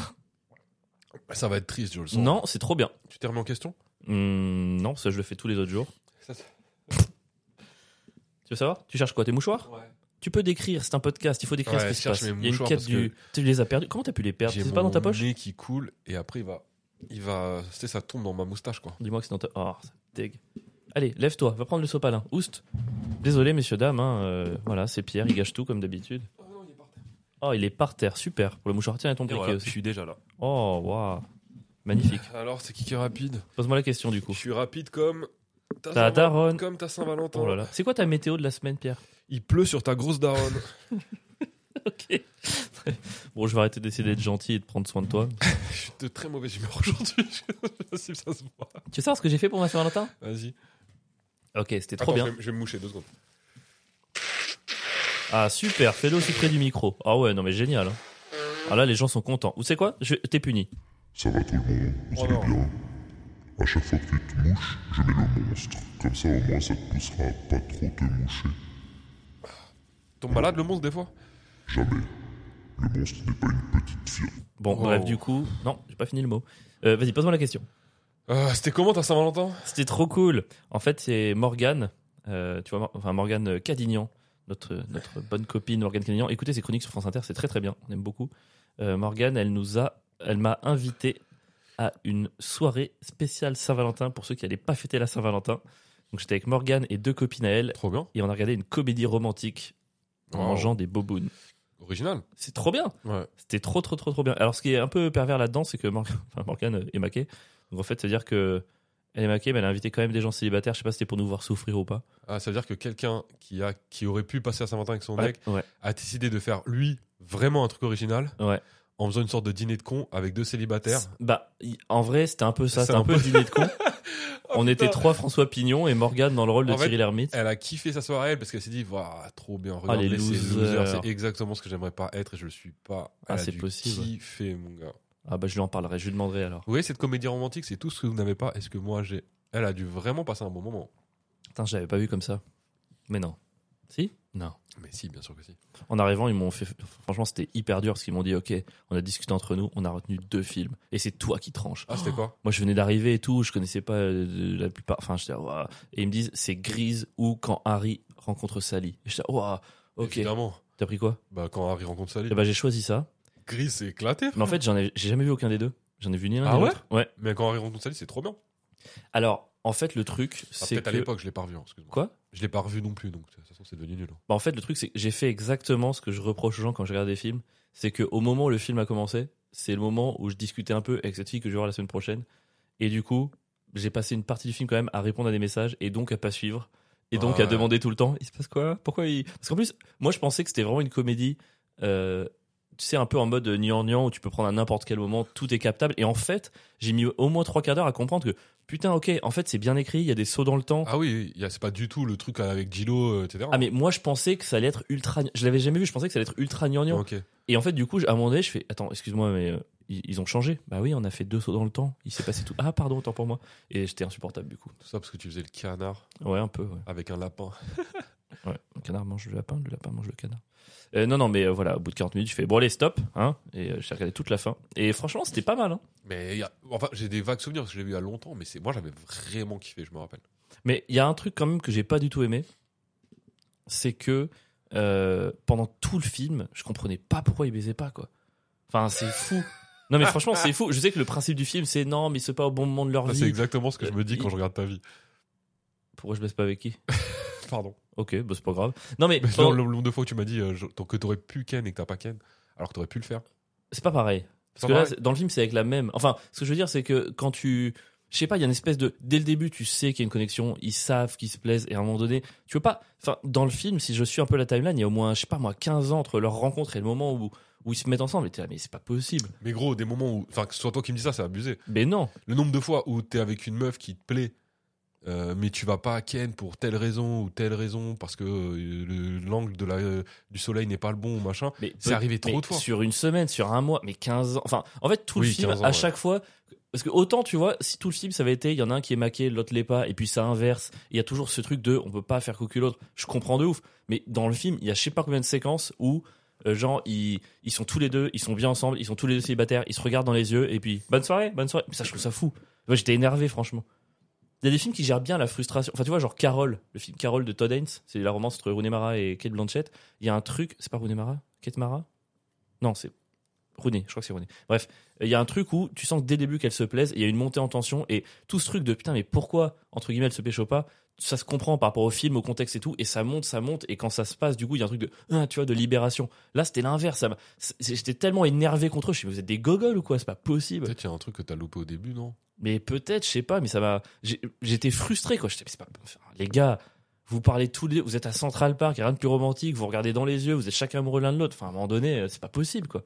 S2: Ça va être triste, je le sens.
S1: Non, c'est trop bien.
S2: Tu t'es remis en question
S1: Hum, non, ça je le fais tous les autres jours.
S2: Ça, ça-
S1: Tu veux savoir Tu cherches quoi Tes mouchoirs Tu peux décrire, c'est un podcast, il faut décrire
S2: Ouais,
S1: ce qui
S2: je
S1: se
S2: cherche
S1: passe.
S2: mes
S1: Il y a une
S2: mouchoirs
S1: quête
S2: parce
S1: du. Tu les as perdus Comment t'as pu les perdre
S2: J'ai
S1: C'est pas dans ta
S2: mon
S1: poche
S2: nez qui coule et après il va, il va, tu sais, ça tombe dans ma moustache quoi.
S1: Dis-moi que c'est dans ta. Oh, ça dégue. Allez, lève-toi, va prendre le sopalin. Oust Désolé, messieurs, dames, hein, euh, voilà, c'est Pierre, il gâche tout comme d'habitude. Oh, il est par terre, super. Pour le mouchoir, tiens, et ton briquet aussi.
S2: suis déjà là.
S1: Oh, waouh Magnifique.
S2: Alors c'est qui qui est rapide
S1: Pose-moi la question du coup.
S2: Je suis rapide comme ta,
S1: Ta
S2: Saint-
S1: daronne.
S2: Comme ta Saint-Valentin.
S1: Oh là là. C'est quoi ta météo de la semaine, Pierre
S2: Il pleut sur ta grosse daronne.
S1: *laughs* Ok. bon, je vais arrêter d'essayer d'être gentil et de prendre soin de toi.
S2: je suis de très mauvaise humeur aujourd'hui. *laughs* je sais pas si ça se voit.
S1: tu veux savoir ce que j'ai fait pour ma Saint-Valentin
S2: Vas-y.
S1: Ok, c'était trop
S2: Attends,
S1: bien.
S2: Je, vais, je vais me moucher deux secondes.
S1: Ah super, fais-le aussi près du micro. Ah ouais, non mais génial. hein. Ah là, les gens sont contents. Ou c'est quoi Je- T'es puni.
S3: Ça va tout le monde Vous
S2: Oh
S3: allez
S2: non.
S3: bien À chaque fois que tu te mouches, je mets le monstre. Comme ça, au moins, ça te poussera à pas trop te moucher.
S2: Tombe malade le monstre des fois
S3: Jamais. Le monstre n'est pas une petite fille.
S1: Bon,
S2: Wow.
S1: bref, du coup, non, j'ai pas fini le mot. Euh, Vas-y, pose-moi la question.
S2: Euh, C'était comment ta Saint-Valentin
S1: C'était trop cool. En fait, c'est Morgane, euh, tu vois, Mor- enfin Morgane Cadignan, notre, notre bonne copine Morgane Cadignan. Écoutez ses chroniques sur France Inter, c'est très très bien, on aime beaucoup. Euh, Morgane, elle nous a, elle m'a invité à une soirée spéciale Saint-Valentin pour ceux qui n'allaient pas fêter la Saint-Valentin. Donc j'étais avec Morgane et deux copines à elle
S2: Trop bien.
S1: et on a regardé une comédie romantique en
S2: Wow.
S1: mangeant des bobounes.
S2: Original.
S1: C'est trop bien.
S2: Ouais.
S1: C'était trop, trop, trop, trop bien. Alors, ce qui est un peu pervers là-dedans, c'est que Mor- *laughs* enfin, Morgane est maquée. Donc, en fait, c'est-à-dire que elle est maquée, mais elle a invité quand même des gens célibataires. Je sais pas si c'était pour nous voir souffrir ou pas.
S2: Ah, ça veut dire que quelqu'un qui, a- qui aurait pu passer la Saint-Valentin avec son mec
S1: ouais.
S2: a décidé de faire lui vraiment un truc original
S1: Ouais.
S2: en faisant une sorte de dîner de con avec deux célibataires.
S1: C'est- Bah, y- en vrai, c'était un peu ça.
S2: C'est
S1: C'était un,
S2: un Oh,
S1: peu le dîner de
S2: *laughs*
S1: con. On était
S2: putain.
S1: trois François Pignon et Morgane dans le rôle de
S2: En fait,
S1: Thierry Lhermitte.
S2: Elle a kiffé sa soirée elle, parce qu'elle s'est dit Waouh, trop bien, regardez,
S1: Ah, les
S2: c'est
S1: losers.
S2: loser, c'est exactement ce que j'aimerais pas être et je le suis pas.
S1: Ah,
S2: Elle a
S1: c'est
S2: dû
S1: possible, ouais.
S2: kiffer, mon gars.
S1: Ah, bah, je lui en parlerai. Je lui demanderai alors.
S2: Vous voyez, cette comédie romantique, c'est tout ce que vous n'avez pas et ce que moi j'ai. Elle a dû vraiment passer un bon moment.
S1: Putain, je l'avais pas vu comme ça. Mais non. Si Non.
S2: Mais si, bien sûr que si.
S1: En arrivant, ils m'ont fait. Franchement, c'était hyper dur parce qu'ils m'ont dit Ok, on a discuté entre nous, on a retenu deux films et c'est toi qui tranches.
S2: Ah, c'était quoi
S1: Moi, je venais d'arriver et tout, je connaissais pas euh, la plupart. Enfin, j'étais Ouah. Et ils me disent C'est Grise ou quand Harry rencontre Sally. Et J'étais Ouah, ok.
S2: Évidemment.
S1: T'as pris quoi
S2: Bah, quand Harry rencontre Sally,
S1: Eh ben, j'ai choisi ça.
S2: Gris, c'est éclaté. frère.
S1: Mais en fait, j'en ai, j'ai jamais vu aucun des deux. J'en ai vu ni l'un
S2: Ah
S1: ni
S2: ouais
S1: l'autre. Ouais.
S2: Mais quand Harry rencontre Sally, c'est trop bien.
S1: Alors, en fait, le truc,
S2: Ah,
S1: c'est
S2: Peut-être à
S1: que.
S2: l'époque, je l'ai pas revu, hein, excuse-moi.
S1: Quoi
S2: Je l'ai pas revu non plus, donc de toute façon, c'est devenu nul. hein.
S1: Bah, en fait, le truc, c'est que j'ai fait exactement ce que je reproche aux gens quand je regarde des films. C'est que au moment où le film a commencé, c'est le moment où je discutais un peu avec cette fille que je vais voir la semaine prochaine. Et du coup, j'ai passé une partie du film quand même à répondre à des messages et donc à pas suivre. Et donc à
S2: Ouais.
S1: demander tout le temps il se passe quoi Pourquoi il. Parce qu'en plus, moi, je pensais que c'était vraiment une comédie. euh, tu sais, un peu en mode niant-niant où tu peux prendre à n'importe quel moment, tout est captable. Et en fait, j'ai mis au moins trois quarts d'heure à comprendre que putain, ok, en fait, c'est bien écrit, il y a des sauts dans le temps.
S2: Ah oui, oui, il y a- c'est pas du tout le truc avec Gilo, euh, etc.
S1: Oh. Ah mais moi je pensais que ça allait être ultra je l'avais jamais vu je pensais que ça allait être ultra gnangnan
S2: Ok.
S1: et en fait du coup je- à un moment donné je fais attends excuse-moi mais euh, ils, ils ont changé bah oui on a fait deux sauts dans le temps il s'est passé tout ah pardon autant pour moi et j'étais insupportable du coup
S2: Tout ça parce que tu faisais le canard
S1: ouais un peu ouais.
S2: avec un lapin.
S1: Ouais. le canard mange le lapin le lapin mange le canard Euh, non non mais euh, voilà au bout de 40 minutes je fais bon allez stop hein et euh, j'ai regardé toute la fin et franchement c'était pas mal hein.
S2: Mais il y a- enfin, j'ai des vagues souvenirs parce que je l'ai vu il y a longtemps, mais c'est moi j'avais vraiment kiffé, je me rappelle.
S1: mais il y a un truc quand même que j'ai pas du tout aimé c'est que euh, pendant tout le film je comprenais pas pourquoi il baisait pas quoi enfin c'est fou non mais franchement c'est fou je sais que le principe du film c'est non mais c'est pas au bon moment de leur
S2: Ça,
S1: vie
S2: c'est exactement ce que je me dis
S1: Euh,
S2: quand je regarde ta vie.
S1: pourquoi je baisse pas avec qui
S2: Pardon.
S1: ok bah c'est pas grave non mais
S2: *laughs* Mais
S1: pendant-
S2: non, le nombre de fois où tu m'as dit euh, je- que t'aurais pu Ken et que t'as pas Ken, alors que t'aurais pu le faire.
S1: c'est pas pareil
S2: C'est
S1: parce que
S2: pas
S1: là
S2: pareil.
S1: c'est- dans le film c'est avec la même enfin ce que je veux dire c'est que quand tu je sais pas, il y a une espèce de dès le début, tu sais qu'il y a une connexion, ils savent qu'ils se plaisent et à un moment donné, tu veux pas enfin dans le film, si je suis un peu la timeline, il y a au moins je sais pas moi 15 ans entre leur rencontre et le moment où où ils se mettent ensemble, et t'es là, mais c'est pas possible.
S2: Mais gros, des moments où. Enfin, que ce soit toi qui me dis ça, c'est abusé.
S1: Mais non.
S2: Le nombre de fois où t'es avec une meuf qui te plaît, euh, mais tu vas pas à Ken pour telle raison ou telle raison parce que euh, le- l'angle de la, euh, du soleil n'est pas le bon ou machin.
S1: Mais
S2: C'est
S1: peut-
S2: arrivé trop
S1: mais
S2: de fois.
S1: Sur une semaine, sur un mois, mais 15 ans. Enfin, en fait, tout le
S2: Oui,
S1: film,
S2: 15 ans,
S1: à
S2: ouais.
S1: chaque fois. Parce que autant, tu vois, si tout le film, ça avait été, il y en a un qui est maqué, l'autre l'est pas, et puis ça inverse. Il y a toujours ce truc de, on peut pas faire cocu l'autre. Je comprends de ouf. Mais dans le film, il y a je sais pas combien de séquences où, euh, genre, ils, ils sont tous les deux, ils sont bien ensemble, ils sont tous les deux célibataires, ils se regardent dans les yeux, et puis, bonne soirée, bonne soirée. Mais ça, je trouve ça fou. Moi, j'étais énervé, franchement. Il y a des films qui gèrent bien la frustration. Enfin, tu vois, genre Carole, le film Carole de Todd Haynes, c'est la romance entre Rooney Mara et Kate Blanchett. Il y a un truc, c'est pas Rooney Mara Kate Mara Non, c'est Rooney, je crois que c'est Rooney. Bref, il y a un truc où tu sens que dès le début qu'elle se plaise, il y a une montée en tension et tout ce truc de putain, mais pourquoi, entre guillemets, elle se pécho pas Ça se comprend par rapport au film, au contexte et tout, et ça monte, ça monte, et quand ça se passe, du coup, il y a un truc de, ah, tu vois, de libération. Là, c'était l'inverse. ça m'a- c'est- J'étais tellement énervé contre eux, je me suis dit, vous êtes des gogoles ou quoi C'est pas possible.
S2: Peut-être qu'il y a un truc que t'as loupé au début, non
S1: Mais peut-être, je sais pas, mais ça m'a. j'ai- J'étais frustré, quoi. J'étais, mais c'est pas. enfin, les gars, vous parlez tous les. Vous êtes à Central Park, y a rien de plus romantique, vous regardez dans les yeux, vous êtes chacun amoureux l'un de l'autre. Enfin, à un moment donné, euh, c'est pas possible, quoi.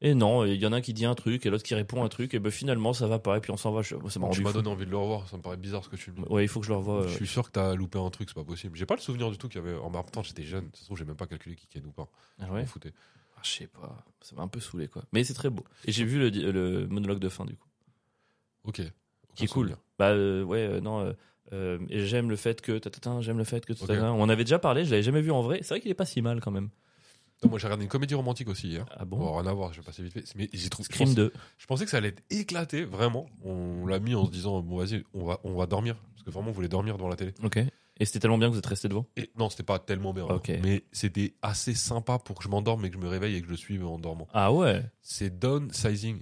S1: Et non, il y en a un qui dit un truc, et l'autre qui répond un truc, et ben finalement, ça va pas, et puis on s'en va. Je- moi, ça m'a
S2: Tu
S1: rendu.
S2: m'as
S1: fou.
S2: donné envie de le revoir, ça me paraît bizarre ce que tu me dis.
S1: Ouais, il faut que je le revoie. euh.
S2: Je suis sûr que t'as loupé un truc, c'est pas possible. J'ai pas le souvenir du tout qu'il y avait. En même temps, j'étais jeune. Ça se trouve, j'ai même pas calculé qui ken ou pas.
S1: Ah
S2: Je
S1: ouais
S2: m'en foutais.
S1: Ah, Je sais pas, ça m'a un peu saoulé, quoi. Mais c'est très beau. Et j'ai vu le, di- le monologue de fin, du coup.
S2: Ok.
S1: qui est cool. Bah euh, ouais, euh, non. euh, euh, et j'aime le fait que tatatin, j'aime le fait que tatatin. On en avait déjà parlé, je l'avais jamais vu en vrai. C'est vrai qu'il est pas si mal quand même.
S2: Non, moi, j'ai regardé une comédie romantique aussi hier.
S1: Ah
S2: Bon,
S1: bon
S2: rien à voir, je vais passer vite fait. Mais j'ai trouvé. je
S1: Scream
S2: pensais-
S1: 2.
S2: Je pensais que ça allait être éclaté, vraiment. On l'a mis en se disant, bon, vas-y, on va, on va dormir. Parce que vraiment, on voulait dormir devant la télé.
S1: Ok. Et c'était tellement bien que vous êtes resté devant
S2: Et non, c'était pas tellement bien.
S1: Ok.
S2: vraiment. Mais c'était assez sympa pour que je m'endorme et que je me réveille et que je le suive en dormant.
S1: Ah ouais
S2: C'est Downsizing.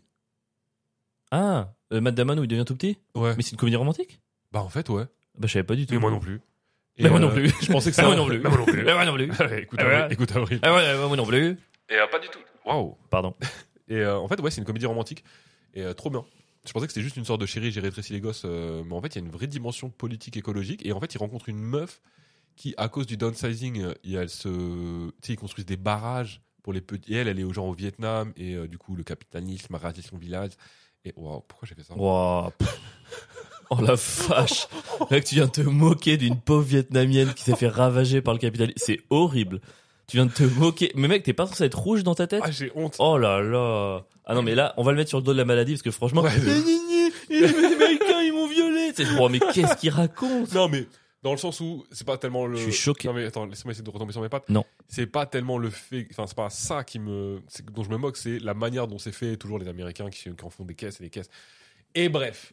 S1: Ah euh, Matt Damon où il devient tout petit
S2: Ouais.
S1: Mais c'est une comédie romantique
S2: Bah, en fait, ouais.
S1: Bah je savais pas du tout.
S2: Mais moi non plus.
S1: *laughs*
S2: Et,
S1: Mais moi non
S2: euh,
S1: plus.
S2: Je pensais que ça.
S1: Ah, moi non plus.
S2: *laughs* Mais moi non plus.
S1: Ah, moi non plus.
S2: Ouais, écoute,
S1: Ah ouais.
S2: Avril, écoute, Avril.
S1: Ah ouais, ouais, moi non plus.
S2: Et euh, pas du tout. Waouh.
S1: Pardon.
S2: Et euh, en fait, ouais, c'est une comédie romantique. Et euh, trop bien. Je pensais que c'était juste une sorte de chérie, j'ai rétréci les gosses. euh, mais en fait, il y a une vraie dimension politique, écologique. Et en fait, il rencontre une meuf qui, à cause du downsizing, euh, il y a- elle se... tu sais, ils construisent des barrages pour les petits. Et elle, elle est aux gens au Vietnam. Et euh, du coup, le capitalisme a rasé son village. Et waouh, pourquoi j'ai fait ça
S1: Wow. Oh la vache Là que tu viens de te moquer d'une pauvre vietnamienne qui s'est fait ravager par le capitalisme. C'est horrible. Tu viens de te moquer. Mais mec, t'es pas censé être rouge dans ta tête
S2: Ah, j'ai honte.
S1: Oh là là Ah non mais là, on va le mettre sur le dos de la maladie parce que franchement,
S2: Ouais, de-
S1: les Américains ils m'ont violé. C'est genre mais qu'est-ce qu'il raconte
S2: Non, mais. Dans le sens où c'est pas tellement le.
S1: Je suis choqué.
S2: Non mais attends, laisse-moi essayer de retomber sur mes pattes.
S1: Non.
S2: C'est pas tellement le fait. Enfin, c'est pas ça qui me, c'est- dont je me moque, c'est la manière dont c'est fait. Toujours les Américains qui, qui en font des caisses et des caisses. Et bref,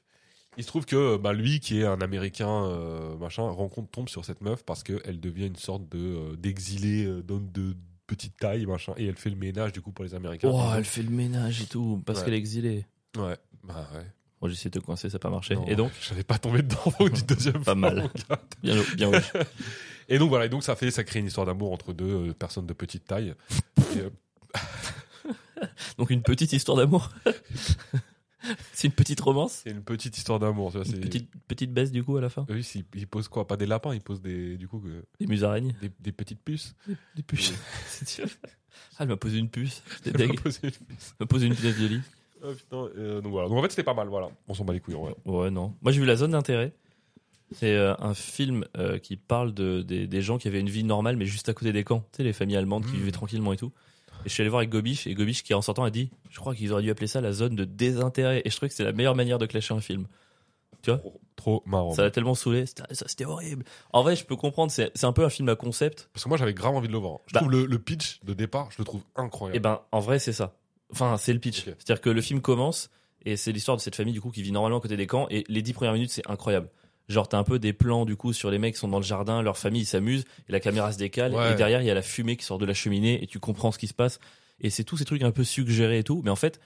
S2: il se trouve que bah, lui, qui est un Américain, euh, machin, rencontre tombe sur cette meuf parce qu'elle devient une sorte de euh, d'exilé euh, d'homme de petite taille, machin, et elle fait le ménage du coup pour les Américains.
S1: Oh, elle fait le ménage et tout, parce
S2: Ouais.
S1: qu'elle est exilée.
S2: Ouais. Bah ouais.
S1: Bon, j'ai essayé de te coincer, ça n'a pas marché.
S2: Non,
S1: Et donc,
S2: j'avais pas tombé dedans *laughs* au du deuxième.
S1: Pas
S2: fois,
S1: mal.
S2: mon gars.
S1: bien, bien oui.
S2: Et donc voilà, et donc ça fait, ça crée une histoire d'amour entre deux euh, personnes de petite taille. Et, euh,
S1: Donc, une petite histoire d'amour. *laughs* c'est une petite romance.
S2: c'est une petite histoire d'amour. tu vois,
S1: Une
S2: c'est-
S1: petite, petite baisse, du coup, à la fin.
S2: Eux, ils, ils posent quoi Pas des lapins, ils posent des, du coup, que-
S1: Des musaraignes.
S2: des, des petites puces.
S1: Des puces. *laughs* C'est dur. ah, elle m'a posé une puce. C'était
S2: *laughs* Ils
S1: deg.
S2: leur posent une puce.
S1: Elle m'a posé une pièce de lit.
S2: Ah, putain, euh, donc voilà. Donc en fait, c'était pas mal, voilà. On s'en bat les couilles, ouais.
S1: Ouais, non. Moi, j'ai vu La Zone d'intérêt. C'est euh, un film euh, qui parle de, des, des gens qui avaient une vie normale, mais juste à côté des camps. Tu sais, les familles allemandes qui
S2: Mmh.
S1: vivaient tranquillement et tout. Et je suis allé voir avec Gobiche, et Gobiche qui, en sortant, a dit Je crois qu'ils auraient dû appeler ça la zone de désintérêt. Et je trouvais que c'est la meilleure manière de clasher un film.
S2: Trop, trop marrant.
S1: Ça l'a tellement saoulé. C'était ah, ça, c'était horrible. En vrai, je peux comprendre, c'est c'est un peu un film à concept.
S2: Parce que moi, j'avais grave envie de le voir. Je
S1: Bah.
S2: trouve le, le pitch de départ, je le trouve incroyable.
S1: Et ben, en vrai, c'est ça. Enfin, c'est le pitch.
S2: Ok.
S1: C'est-à-dire que le film commence et c'est l'histoire de cette famille du coup qui vit normalement à côté des camps et les dix premières minutes, c'est incroyable. Genre, t'as un peu des plans du coup sur les mecs qui sont dans le jardin, leur famille, ils s'amusent et la caméra se décale
S2: Ouais.
S1: et derrière, il y a la fumée qui sort de la cheminée et tu comprends ce qui se passe. Et c'est tous ces trucs un peu suggérés et tout. Mais en fait,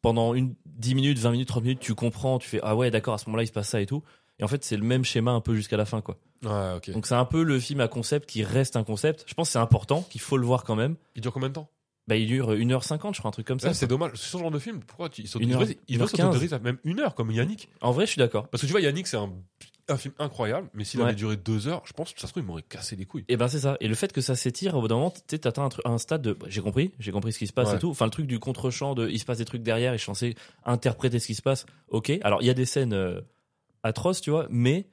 S1: pendant une 10 minutes, 20 minutes, 30 minutes, tu comprends, tu fais ah ouais, d'accord, à ce moment-là, il se passe ça et tout. Et en fait, c'est le même schéma un peu jusqu'à la fin, quoi.
S2: Ouais, ok.
S1: Donc, c'est un peu le film à concept qui reste un concept. Je pense que c'est important, qu'il faut le voir quand même.
S2: Il dure combien de temps
S1: Bah, il dure 1h50, je crois, un truc comme ça.
S2: Ça, c'est dommage. C'est ce genre de film. Pourquoi tu, ils sont
S1: Une heure-
S2: ils
S1: une heure
S2: s'autorisent à même une heure, comme Yannick.
S1: En vrai, je suis d'accord.
S2: Parce que tu vois, Yannick, c'est un, un film incroyable, mais s'il
S1: Ouais.
S2: avait duré deux heures, je pense que ça se trouve, il m'aurait cassé les couilles.
S1: Et ben c'est ça. Et le fait que ça s'étire, au bout d'un moment, tu sais, t'atteins un, tru- un stade de bah, j'ai compris, j'ai compris ce qui se passe
S2: Ouais.
S1: et tout. Enfin, le truc du contre-champ, de il se passe des trucs derrière et je suis censé interpréter ce qui se passe. Ok. Alors, il y a des scènes euh, atroces, tu vois, mais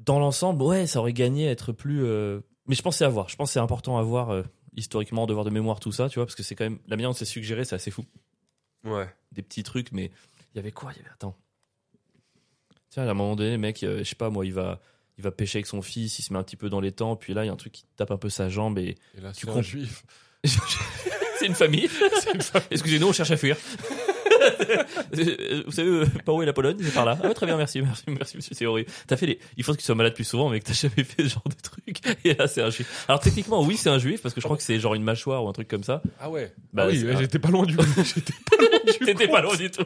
S1: dans l'ensemble, ouais, ça aurait gagné à être plus. euh, Mais je pensais avoir. Je pense que c'est important à voir euh, historiquement, de voir de mémoire tout ça, tu vois, parce que c'est quand même. La manière dont c'est suggéré, c'est assez fou.
S2: Ouais.
S1: Des petits trucs, mais il y avait quoi Il y avait. Attends. Tiens, à un moment donné, le mec, euh, je sais pas, moi, il va. Il va pêcher avec son fils, il se met un petit peu dans les temps, puis là, il y a un truc qui tape un peu sa jambe et
S2: Et là,
S1: Tu
S2: c'est un
S1: comp-
S2: juif.
S1: *laughs* c'est une famille. Excusez-nous, on cherche à fuir. Euh, *laughs* Vous savez euh, par où est la Pologne C'est par là. Ah ouais, très bien, merci, merci, merci, monsieur, c'est horrible. T'as fait les... Il faut qu'ils soient malades plus souvent, mais que t'as jamais fait ce genre de truc. *laughs* Et là, c'est un juif. Alors techniquement, oui, c'est un juif, parce que je crois que c'est genre une mâchoire ou un truc comme ça.
S2: Ah ouais.
S1: Bah,
S2: Ah oui,
S1: c'est
S2: ouais,
S1: un-
S2: j'étais pas loin du. *laughs* j'étais pas loin du
S1: T'étais
S2: compte.
S1: pas loin du tout.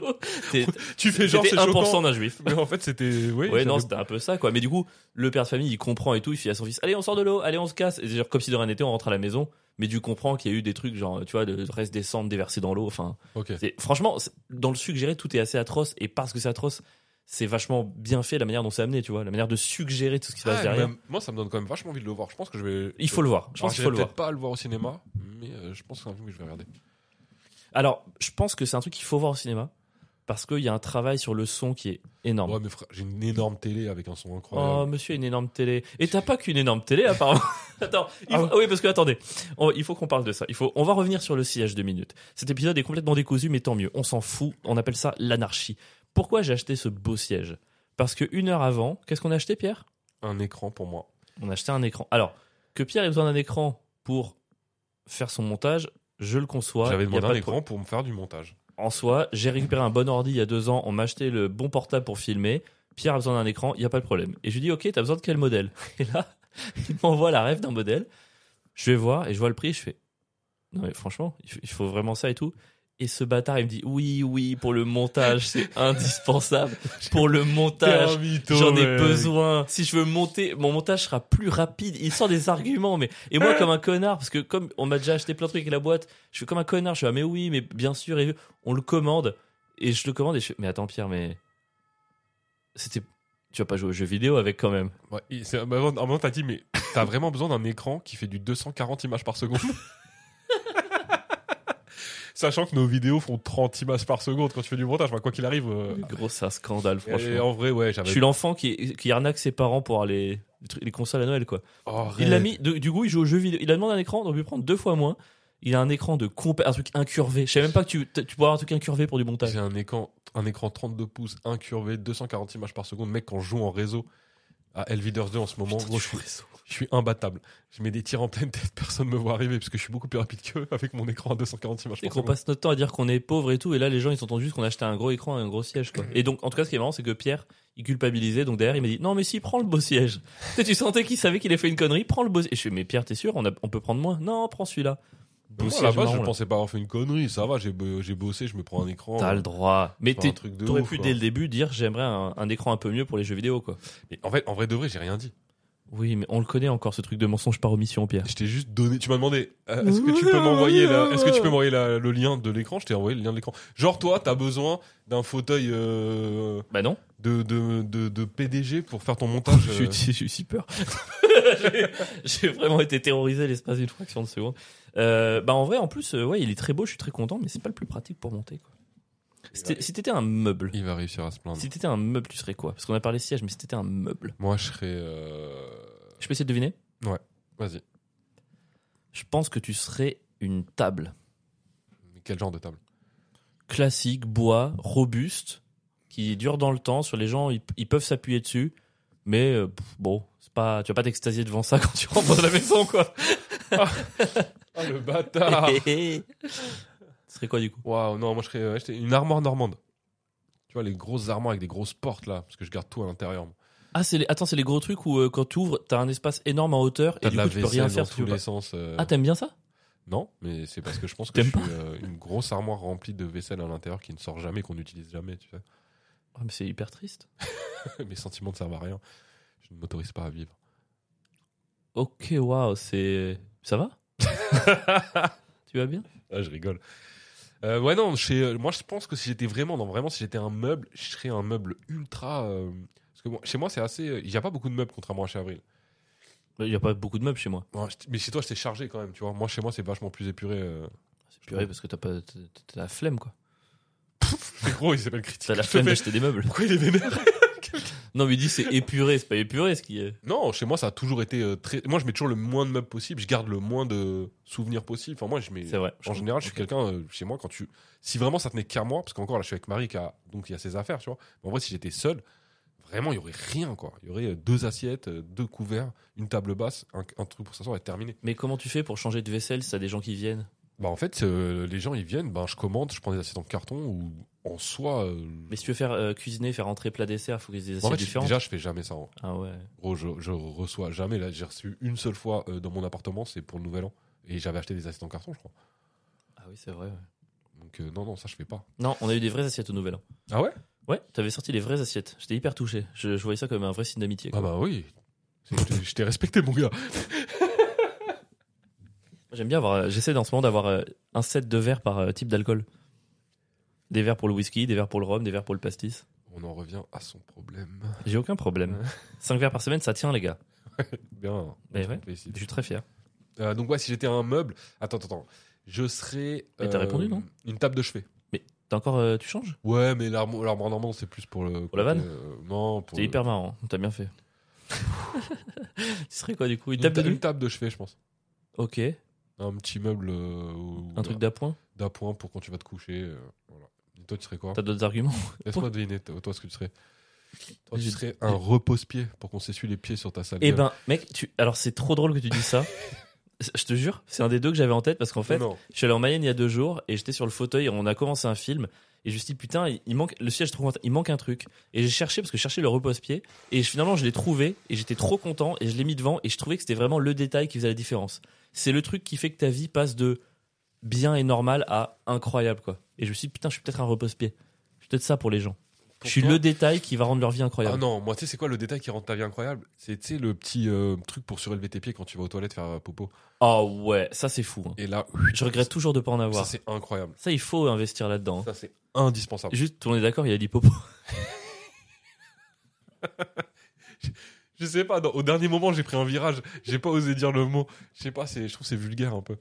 S1: T'es-
S2: Tu fais genre
S1: T'étais
S2: c'est choquant.
S1: 1% d'un juif.
S2: Mais en fait, c'était oui.
S1: Ouais, non,
S2: j'avais-
S1: c'était un peu ça, quoi. Mais du coup, le père de famille, il comprend et tout. Il fait à son fils, allez, on sort de l'eau, allez, on se casse. Et c'est genre, comme si de rien n'était, on rentre à la maison. Mais tu comprends qu'il y a eu des trucs, genre, tu vois, le reste des cendres déversées dans l'eau. Enfin,
S2: Ok.
S1: c'est- franchement, c'est- dans le suggéré, tout est assez atroce. Et parce que c'est atroce, c'est vachement bien fait la manière dont c'est amené, tu vois. La manière de suggérer tout ce qui se passe
S2: Ah,
S1: derrière.
S2: mais moi, ça me donne quand même vachement envie de le voir. Je pense que je vais.
S1: Il faut le voir. Je pense qu'il faut le voir.
S2: peut-être pas le voir au cinéma, mais euh, je pense que c'est un film que je vais regarder.
S1: Alors, je pense que c'est un truc qu'il faut voir au cinéma. Parce qu'il y a un travail sur le son qui est énorme.
S2: Ouais, mais frère, j'ai une énorme télé avec un son
S1: Oh,
S2: incroyable.
S1: monsieur, une énorme télé. Et t'as pas qu'une énorme télé, apparemment. *laughs* Attends, il
S2: Ah
S1: faut- ah oui, parce que attendez, on- il faut qu'on parle de ça. Il faut, on va revenir sur le sillage de minutes. Cet épisode est complètement décousu, mais tant mieux. On s'en fout. On appelle ça l'anarchie. Pourquoi j'ai acheté ce beau siège Parce que une heure avant, qu'est-ce qu'on a acheté, Pierre
S2: Un écran pour moi.
S1: On a acheté un écran. Alors, que Pierre ait besoin d'un écran pour faire son montage, je le conçois.
S2: J'avais
S1: Y a
S2: demandé
S1: pas
S2: un
S1: de
S2: écran pour me faire du montage.
S1: en soi, j'ai récupéré un bon ordi il y a deux ans, on m'a acheté le bon portable pour filmer, Pierre a besoin d'un écran, il n'y a pas de problème. Et je lui dis, ok, t'as besoin de quel modèle *laughs* Et là, il m'envoie la rêve d'un modèle, je vais voir, et je vois le prix, je fais, non mais franchement, il faut- il faut vraiment ça et tout. Et ce bâtard, il me dit, oui, oui, pour le montage, c'est *laughs* indispensable, pour le montage. J'en ai besoin. Si je veux monter, mon montage sera plus rapide. Il sort des arguments, mais et moi comme un connard, parce que comme on m'a déjà acheté plein de trucs avec la boîte, je suis comme un connard. Je suis ah mais oui, mais bien sûr. Et on le commande et je le commande et je fais mais attends Pierre, mais c'était tu vas pas jouer aux jeux vidéo avec quand même.
S2: Ouais, et c'est- bah, en même temps, t'as dit, mais t'as vraiment besoin d'un écran qui fait du 240 images par *laughs* seconde Sachant que nos vidéos font 30 images par seconde quand tu fais du montage, enfin, quoi qu'il arrive. euh,
S1: Gros, c'est un scandale
S2: et
S1: franchement.
S2: en vrai, ouais,
S1: Je
S2: j'avais.
S1: suis l'enfant qui, qui arnaque ses parents pour avoir les, les trucs- les consoles à Noël quoi.
S2: Oh,
S1: Il l'a
S2: arrête.
S1: mis, de- du coup, il joue aux jeux vidéo. Il a demandé un écran, donc il prend deux fois moins. Il a un écran de compa- un truc incurvé. Je savais même pas que tu, tu pourrais avoir un truc incurvé pour du montage.
S2: J'ai un écran, un écran 32 pouces incurvé, 240 images par seconde. Mec, quand je joue en réseau, à Elviders 2 en ce moment. Gros, je, suis, je suis imbattable. Je mets des tirs en pleine tête, *laughs* personne me voit arriver parce que je suis beaucoup plus rapide qu'eux avec mon écran à 246 images
S1: Et
S2: par
S1: qu'on
S2: seconde.
S1: passe notre temps à dire qu'on est pauvre et tout, et là les gens ils s'entendent juste qu'on a acheté un gros écran et un gros siège quoi. Et donc en tout cas ce qui est marrant c'est que Pierre il culpabilisait donc derrière il m'a dit non mais si prends le beau siège. *laughs* tu, sais, tu sentais qu'il savait qu'il avait fait une connerie, prends le beau siège. Et je fais mais Pierre t'es sûr on, a- on peut prendre moins Non prends celui-là. Beau
S2: Moi, à
S1: siège
S2: la base,
S1: marron,
S2: je
S1: là.
S2: pensais pas avoir fait une connerie. Ça va, j'ai bo- j'ai bossé, je me prends un écran.
S1: T'as le droit. Mais
S2: Enfin,
S1: t'es-
S2: un truc de
S1: t'aurais
S2: ouf,
S1: pu
S2: quoi.
S1: dès le début dire j'aimerais un, un écran un peu mieux pour les jeux vidéo quoi.
S2: Mais en fait, en vrai de vrai, j'ai rien dit.
S1: Oui mais on le connaît encore ce truc de mensonge par omission Pierre.
S2: Je t'ai juste donné. Tu m'as demandé. euh, Est-ce que tu peux m'envoyer la- Est-ce que tu peux m'envoyer la- le lien de l'écran Je t'ai envoyé le lien de l'écran. Genre toi, t'as besoin d'un fauteuil euh,
S1: Bah non.
S2: de, de, de, de PDG pour faire ton montage.
S1: J'ai
S2: euh,
S1: eu- j'ai eu si peur. *laughs* J'ai- J'ai vraiment été terrorisé l'espace d'une fraction de seconde. Euh, bah en vrai, en plus, euh, ouais, il est très beau, je suis très content, mais c'est pas le plus pratique pour monter. Quoi. Si t'es- si t'étais un meuble,
S2: Il va réussir à se plaindre.
S1: si t'étais un meuble, tu serais quoi Parce qu'on a parlé siège, mais si t'étais un meuble,
S2: Moi, je serais. euh,
S1: je peux essayer de deviner.
S2: Vas-y.
S1: Je pense que tu serais une table
S2: Mais Quel genre de table
S1: classique, bois, robuste, qui dure dans le temps. Sur les gens, ils, ils peuvent s'appuyer dessus, mais euh, pff, bon, c'est pas, tu vas pas t'extasier devant ça *laughs* quand tu rentres dans la maison, quoi.
S2: Ah le bâtard
S1: Ce serait quoi du coup
S2: Waouh, non, moi je serais euh, acheter une armoire normande. Tu vois, les grosses armoires avec des grosses portes là, parce que je garde tout à l'intérieur.
S1: Ah, c'est les... attends, c'est les gros trucs où euh, quand tu ouvres, t'as un espace énorme en hauteur et
S2: T'as
S1: du
S2: de
S1: coup,
S2: la
S1: tu peux rien
S2: vaisselle
S1: faire. si
S2: dans
S1: tu
S2: tous
S1: veux
S2: les
S1: pas.
S2: sens. euh,
S1: Ah, t'aimes bien ça
S2: non, mais c'est parce que je pense que je
S1: T'aimes
S2: suis euh, une grosse armoire remplie de vaisselle à l'intérieur qui ne sort jamais, qu'on n'utilise jamais, tu sais.
S1: Ah, mais C'est hyper triste.
S2: *laughs* Mes sentiments ne servent à rien. Je ne m'autorise pas à vivre.
S1: Ok, waouh, c'est. Ça
S2: *laughs*
S1: va Tu vas bien
S2: Ah, je rigole. Euh, ouais, non, chez, euh, moi je pense que si j'étais vraiment, non, vraiment, si j'étais un meuble, je serais un meuble ultra. euh, parce que moi- chez moi, c'est assez. euh, Il n'y a pas beaucoup de meubles, contrairement à chez Avril.
S1: Il n'y Bah, a pas beaucoup de meubles chez moi.
S2: Ouais, je- mais chez toi, c'est chargé quand même, tu vois. Moi, chez moi, c'est vachement plus épuré. euh.
S1: C'est purée parce que t'as pas... t'as- t'as la flemme quoi.
S2: Mais gros, il s'appelle critique.
S1: T'as la
S2: je te
S1: flemme
S2: fais-
S1: d'acheter des
S2: *laughs*
S1: meubles.
S2: Pourquoi il est vénère
S1: Non, mais il dit c'est épuré, c'est pas épuré ce qui est.
S2: Non, chez moi, ça a toujours été euh, très. Moi, je mets toujours le moins de meubles possible. Je garde le moins de souvenirs possible. Enfin, moi, je mets.
S1: C'est vrai.
S2: En général, je suis quelqu'un euh, chez moi quand tu. Si vraiment ça tenait qu'à moi, parce qu'encore là, je suis avec Marie qui a donc il y a ses affaires, tu vois. Mais en vrai, si j'étais seul, vraiment, il y aurait rien quoi. Il y aurait euh, deux assiettes, euh, deux couverts, une table basse, un, un truc pour s'asseoir et terminé.
S1: Mais comment tu fais pour changer de vaisselle si t'as des gens qui viennent
S2: Bah en fait, euh, les gens ils viennent, ben je commande, je prends des assiettes en carton ou en soi. euh, Bah,
S1: Mais si tu veux faire euh, cuisiner, faire entrer plat dessert, faut qu'ils aient des
S2: en
S1: assiettes
S2: fait, je-
S1: différentes.
S2: déjà, je fais jamais ça. hein. en-
S1: Ah ouais.
S2: Gros, je, je reçois jamais. Là, j'ai reçu une seule fois euh, dans mon appartement, c'est pour le nouvel an. Et j'avais acheté des assiettes en carton, je crois.
S1: Ah oui, c'est vrai. ouais.
S2: Donc, euh, non, non, ça, je fais pas.
S1: Non, on a eu des vraies assiettes au Nouvel An.
S2: Ah ouais
S1: Ouais, t'avais sorti les vraies assiettes. J'étais hyper touché. Je, je voyais ça comme un vrai signe d'amitié.
S2: Ah
S1: quoi.
S2: bah oui. C'est- je t'ai- Je t'ai respecté, mon gars.
S1: J'aime bien avoir. euh, J'essaie en ce moment d'avoir euh, un set de verres par euh, type d'alcool. Des verres pour le whisky, des verres pour le rhum, des verres pour le pastis.
S2: On en revient à son problème.
S1: J'ai aucun problème. *laughs*
S2: Ouais.
S1: 5 verres par semaine, ça tient, les gars.
S2: Bien.
S1: Mais Eh ouais,
S2: On fait ici.
S1: je suis très fier.
S2: Euh, donc, ouais, si j'étais un meuble. Attends, attends, attends. Je serais. euh,
S1: Mais t'as répondu, non
S2: Une table de chevet.
S1: T'as encore. euh, tu changes
S2: Ouais, mais l'armo- l'armoire normande, c'est plus pour le.
S1: Pour la vanne
S2: côté, euh, Non, pour.
S1: T'es
S2: le-
S1: hyper marrant. T'as bien
S2: *laughs*
S1: fait. tu serais quoi, du coup Une
S2: Une,
S1: table de
S2: ta-
S1: nuit
S2: une table de chevet, je pense.
S1: Ok.
S2: Un petit meuble. euh, ou-
S1: Un truc d'appoint
S2: d'appoint pour quand tu vas te coucher. euh, voilà. Et toi, tu serais quoi
S1: T'as d'autres arguments
S2: Laisse-moi deviner, toi, toi, ce que tu serais. *laughs* Toi, tu
S1: J'ai-
S2: serais un repose-pied pour qu'on s'essuie les pieds sur ta salle.
S1: Eh
S2: de bain.
S1: ben, mec, tu... alors c'est trop drôle que tu dis
S2: *laughs*
S1: ça. Je te jure, c'est un des deux que j'avais en tête parce qu'en fait,
S2: non.
S1: Je suis allé en Mayenne il y a deux jours et j'étais sur le fauteuil. et On a commencé un film et je me suis dit putain, il- il manque le siège. Trop content, il manque un truc et j'ai cherché parce que je cherchais le repose-pied et je- finalement je l'ai trouvé et j'étais trop content et je l'ai mis devant et je trouvais que c'était vraiment le détail qui faisait la différence. C'est le truc qui fait que ta vie passe de bien et normal à incroyable quoi. Et je me suis dit putain, je suis peut-être un repose-pied. Je suis peut-être ça pour les gens.
S2: Pour
S1: je suis
S2: toi-
S1: le détail qui va rendre leur vie
S2: Ah
S1: incroyable.
S2: non, moi, tu sais, c'est quoi le détail qui rend ta vie incroyable C'est, tu sais, le petit euh, truc pour surélever tes pieds quand tu vas aux toilettes faire euh, popo.
S1: Oh ouais, ça c'est fou. hein.
S2: Et là,
S1: Je regrette toujours de pas en
S2: ça,
S1: avoir.
S2: c'est incroyable.
S1: Ça il faut investir là-dedans. hein.
S2: Ça, c'est indispensable.
S1: Juste, on est d'accord, il y a dit popo.
S2: Je sais pas, dans- au dernier moment, j'ai pris un virage. J'ai pas osé dire le mot. Je sais pas, c'est- je trouve que c'est vulgaire un peu.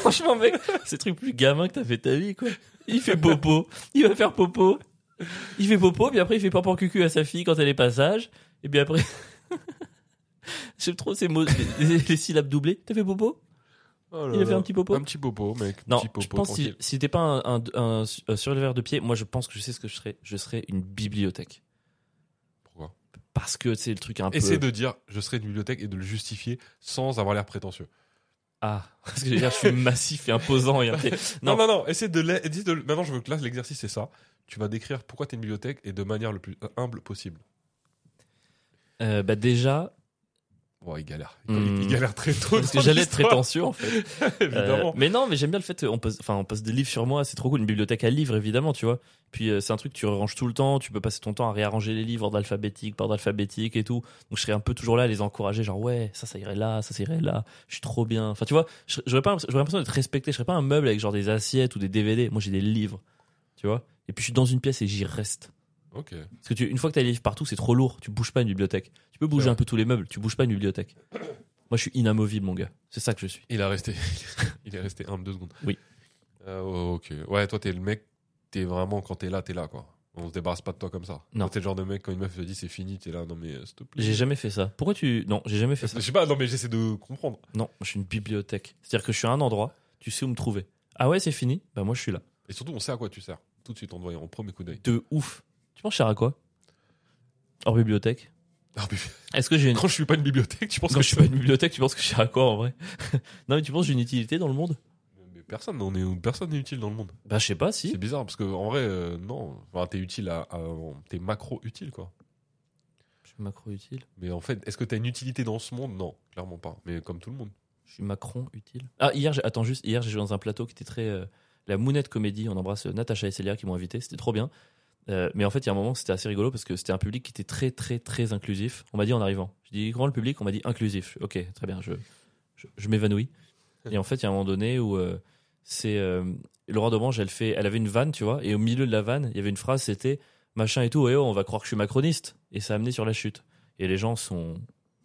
S1: Franchement, mec, *laughs* c'est le truc plus gamin que t'as fait de ta vie, quoi. Il fait popo, il va faire popo, il fait popo, puis après il fait pampan cucu à sa fille quand elle est passage, et puis *laughs* après. J'aime trop ces mots, les, les syllabes doublées. T'as fait popo
S2: Oh là
S1: Il a fait
S2: là.
S1: un petit popo.
S2: Un petit popo, mec.
S1: Non,
S2: petit popo,
S1: je pense que si,
S2: tranquille.
S1: si t'es pas un, un, un su- euh, suréleveur de pied, moi je pense que je sais ce que je serais. Je serais une bibliothèque.
S2: Pourquoi
S1: Parce que c'est le truc un
S2: Essaie
S1: peu.
S2: de dire je serai une bibliothèque et de le justifier sans avoir l'air prétentieux.
S1: Ah, *laughs* parce que je veux dire, je suis massif et imposant. Et un pied.
S2: Non,
S1: Non.
S2: non, non, essaie de, l'a- dis de- Maintenant, je veux que là, l'exercice, c'est ça. Tu vas décrire pourquoi t'es une bibliothèque et de manière le plus humble possible.
S1: Euh, bah déjà,
S2: Ouais, il galère. Il,
S1: Hmm.
S2: il galère très tôt.
S1: parce que
S2: dans
S1: j'allais être
S2: l'histoire,
S1: prétentieux en fait. Euh,
S2: Évidemment.
S1: mais non, mais j'aime bien le fait euh, on pose, enfin on pose des livres sur moi, c'est trop cool, une bibliothèque à livres évidemment, tu vois. Puis euh, c'est un truc que tu ranges tout le temps, tu peux passer ton temps à réarranger les livres ordre alphabétique, par ordre alphabétique et tout. Donc je serais un peu toujours là à les encourager, genre ouais, ça ça irait là, ça ça irait là, je suis trop bien. Enfin tu vois, je- j'aurais pas l'impression- j'aurais l'impression d'être respecté, je serais pas un meuble avec genre des assiettes ou des DVD. Moi j'ai des livres, tu vois. Et puis je suis dans une pièce et j'y reste.
S2: Ok.
S1: Parce que tu, une fois que t'as les livres partout, c'est trop lourd. Tu bouges pas une bibliothèque. Tu peux bouger
S2: Ouais.
S1: un peu tous les meubles, tu bouges pas une bibliothèque. Moi, je suis inamovible, mon gars. C'est ça que je suis.
S2: Il a resté, *laughs* il est resté un, deux secondes.
S1: Oui.
S2: Euh, oh, ok. Ouais, toi, t'es le mec, t'es vraiment, quand t'es là, t'es là, quoi. On se débarrasse pas de toi comme ça.
S1: Non.
S2: Toi, T'es le genre de mec, quand une meuf te dit c'est fini, t'es là, non mais euh, s'il te plaît.
S1: J'ai jamais fait ça. Pourquoi tu. Non, j'ai jamais fait ça.
S2: Je sais pas, non mais j'essaie de comprendre.
S1: Non, je suis une bibliothèque. C'est-à-dire que je suis à un endroit, tu sais où me trouver. Ah ouais, c'est fini Bah, moi, je suis là.
S2: Et surtout, on sait à quoi tu sers. Tout de suite, en te voyant, au premier coup d'œil.
S1: De ouf. Tu penses, cher à quoi Hors bibliothèque
S2: Ah, mais *laughs*
S1: Est-ce que j'ai une.
S2: Quand je suis pas une bibliothèque, tu penses
S1: Quand
S2: que
S1: je suis pas une bibliothèque, tu penses que je suis à quoi en vrai *laughs* Non, mais tu penses que j'ai une utilité dans le monde
S2: Mais personne, on est, personne n'est utile dans le monde.
S1: Bah, je sais pas
S2: C'est
S1: si.
S2: bizarre parce que en vrai, euh, non. Enfin, t'es utile à, à- t'es macro utile quoi.
S1: Je suis macro-utile.
S2: Mais en fait, est-ce que t'as une utilité dans ce monde Non, clairement pas. Mais comme tout le monde.
S1: Je suis Macron utile. Ah, hier, j'ai- attends juste, hier j'ai joué dans un plateau qui était très. euh, la Mounette Comédie, on embrasse euh, Natacha et Célia qui m'ont invité, c'était trop bien. Euh, mais en fait, il y a un moment, c'était assez rigolo parce que c'était un public qui était très, très, très inclusif. On m'a dit en arrivant, je dis grand le public, on m'a dit inclusif. Je fais, ok, très bien, je, je, je m'évanouis. Et en fait, il y a un moment donné où euh, c'est. euh, Laura Domange, elle, fait, elle avait une vanne, tu vois, et au milieu de la vanne, il y avait une phrase, c'était machin et tout, et oh, on va croire que je suis macroniste. Et ça a amené sur la chute. Et les gens sont,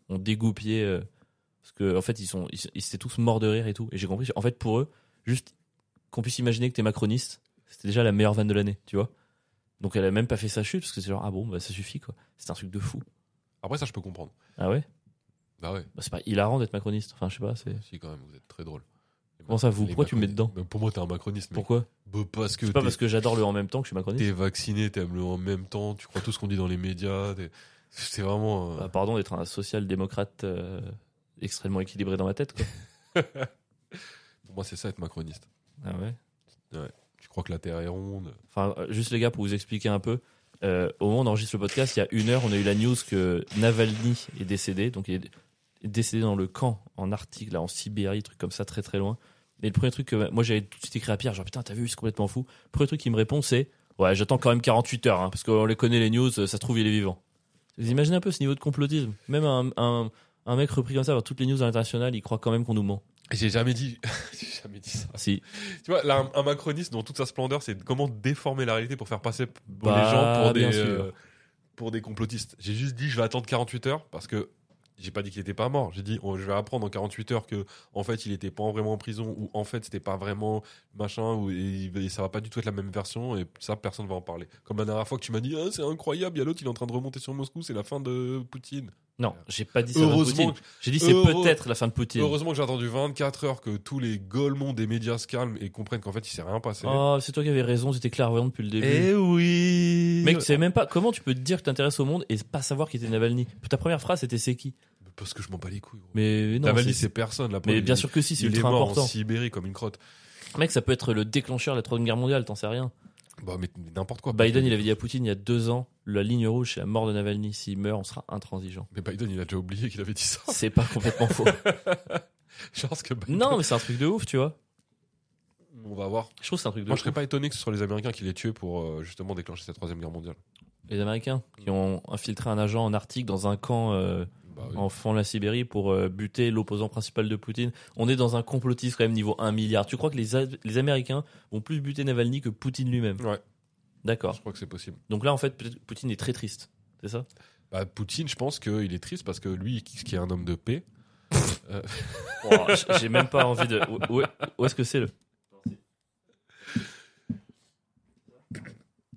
S1: ont dégoupillé. euh, parce que en fait, ils sont, ils, ils étaient tous morts de rire et tout. Et j'ai compris. En fait, pour eux, juste qu'on puisse imaginer que t'es macroniste, c'était déjà la meilleure vanne de l'année, tu vois. Donc elle a même pas fait sa chute parce que c'est genre ah bon bah ça suffit quoi. C'est un truc de fou.
S2: Après ça, je peux comprendre.
S1: Ah ouais.
S2: Bah ouais.
S1: Bah, c'est pas hilarant d'être macroniste. Enfin je sais pas. C'est
S2: Si quand même, vous êtes très drôle.
S1: Comment ça, vous
S2: Les
S1: Pourquoi tu me mets
S2: macronistes-
S1: dedans
S2: Bah, Pour moi, t'es un macroniste. mec.
S1: pourquoi.
S2: Bah, parce que
S1: C'est pas
S2: t'es-
S1: parce que j'adore le en même temps que je suis macroniste.
S2: t'es vacciné, t'aimes le en même temps, tu crois tout ce qu'on dit dans les médias. t'es- C'est vraiment. euh,
S1: Bah, pardon d'être un social-démocrate euh, extrêmement équilibré dans ma tête. Quoi.
S2: Pour moi, c'est ça être macroniste.
S1: ah ouais.
S2: Tu crois que la Terre est ronde.
S1: Enfin, euh, juste les gars, pour vous expliquer un peu, euh, au moment où on enregistre le podcast, il y a une heure, on a eu la news que Navalny est décédé. Donc, il est décédé dans le camp, en Arctique, là, en Sibérie, truc comme ça, très très loin. Et le premier truc que moi j'avais tout de suite écrit à Pierre, genre putain, t'as vu, c'est complètement fou. Le premier truc qu'il me répond, c'est ouais, j'attends quand même 48 heures, hein, parce qu'on les connaît les news, euh, ça se trouve, il est vivant. Vous imaginez un peu ce niveau de complotisme. Même un, un, un mec repris comme ça par toutes les news à l'international, il croit quand même qu'on nous ment.
S2: J'ai jamais dit. *laughs* J'ai jamais dit ça.
S1: Si.
S2: Tu vois, là, un, un macroniste dans toute sa splendeur, c'est de comment déformer la réalité pour faire passer p- pour
S1: Bah,
S2: les gens pour
S1: bien
S2: des,
S1: sûr.
S2: euh, pour des complotistes. J'ai juste dit, je vais attendre 48 heures parce que j'ai pas dit qu'il était pas mort. J'ai dit, oh, je vais apprendre en 48 heures que en fait, il était pas vraiment en prison ou en fait, c'était pas vraiment machin ou et, et ça va pas du tout être la même version et ça, personne va en parler. Comme la dernière fois que tu m'as dit, Ah, c'est incroyable, il y a l'autre, il est en train de remonter sur Moscou, c'est la fin de Poutine.
S1: Non, j'ai pas dit ça. de
S2: Heureusement
S1: Poutine. J'ai dit c'est
S2: heureux-
S1: peut-être la fin de Poutine.
S2: Heureusement que j'ai attendu 24 heures que tous les golemons des médias se calment et comprennent qu'en fait, il s'est rien passé.
S1: Oh, c'est toi qui avais raison, j'étais clairvoyant depuis le début.
S2: Eh oui Ah,
S1: Mec, tu sais même pas comment tu peux te dire que t'intéresses au monde et pas savoir qui était Navalny. Ta première phrase c'était c'est qui
S2: Parce que je m'en bats les couilles.
S1: Mais non,
S2: Navalny,
S1: c'est-
S2: c'est personne. Là,
S1: mais
S2: il-
S1: bien sûr que si, c'est
S2: il est
S1: ultra
S2: mort
S1: important.
S2: en Sibérie comme une crotte.
S1: Mec, ça peut être le déclencheur de la troisième guerre mondiale, t'en sais rien.
S2: Bah, mais mais n'importe quoi.
S1: Biden, il avait dit à Poutine il y a deux ans, la ligne rouge c'est la mort de Navalny. S'il meurt, on sera intransigeant.
S2: Mais Biden, il a déjà oublié qu'il avait dit ça. *laughs*
S1: C'est pas complètement faux.
S2: Genre, ce que Biden-
S1: Non, mais c'est un truc de ouf, tu vois.
S2: On va voir.
S1: Je trouve que c'est un truc de
S2: Moi, je
S1: ouf.
S2: serais pas étonné que ce soit les Américains qui les tuaient pour euh, justement déclencher cette troisième guerre mondiale.
S1: Les Américains qui ont infiltré un agent en Arctique dans un camp euh,
S2: Bah, oui.
S1: en fond la Sibérie pour euh, buter l'opposant principal de Poutine. On est dans un complotisme quand même niveau 1 milliard. Tu crois que les, A- les Américains vont plus buter Navalny que Poutine lui-même
S2: Ouais.
S1: D'accord.
S2: Je crois que c'est possible.
S1: Donc là, en fait, peut-être que Poutine est très triste. C'est ça
S2: Bah, Poutine, je pense qu'il est triste parce que lui, qui qui est un homme de paix. euh,
S1: Oh, j- J'ai même pas envie de. Où, où- où est-ce que c'est le.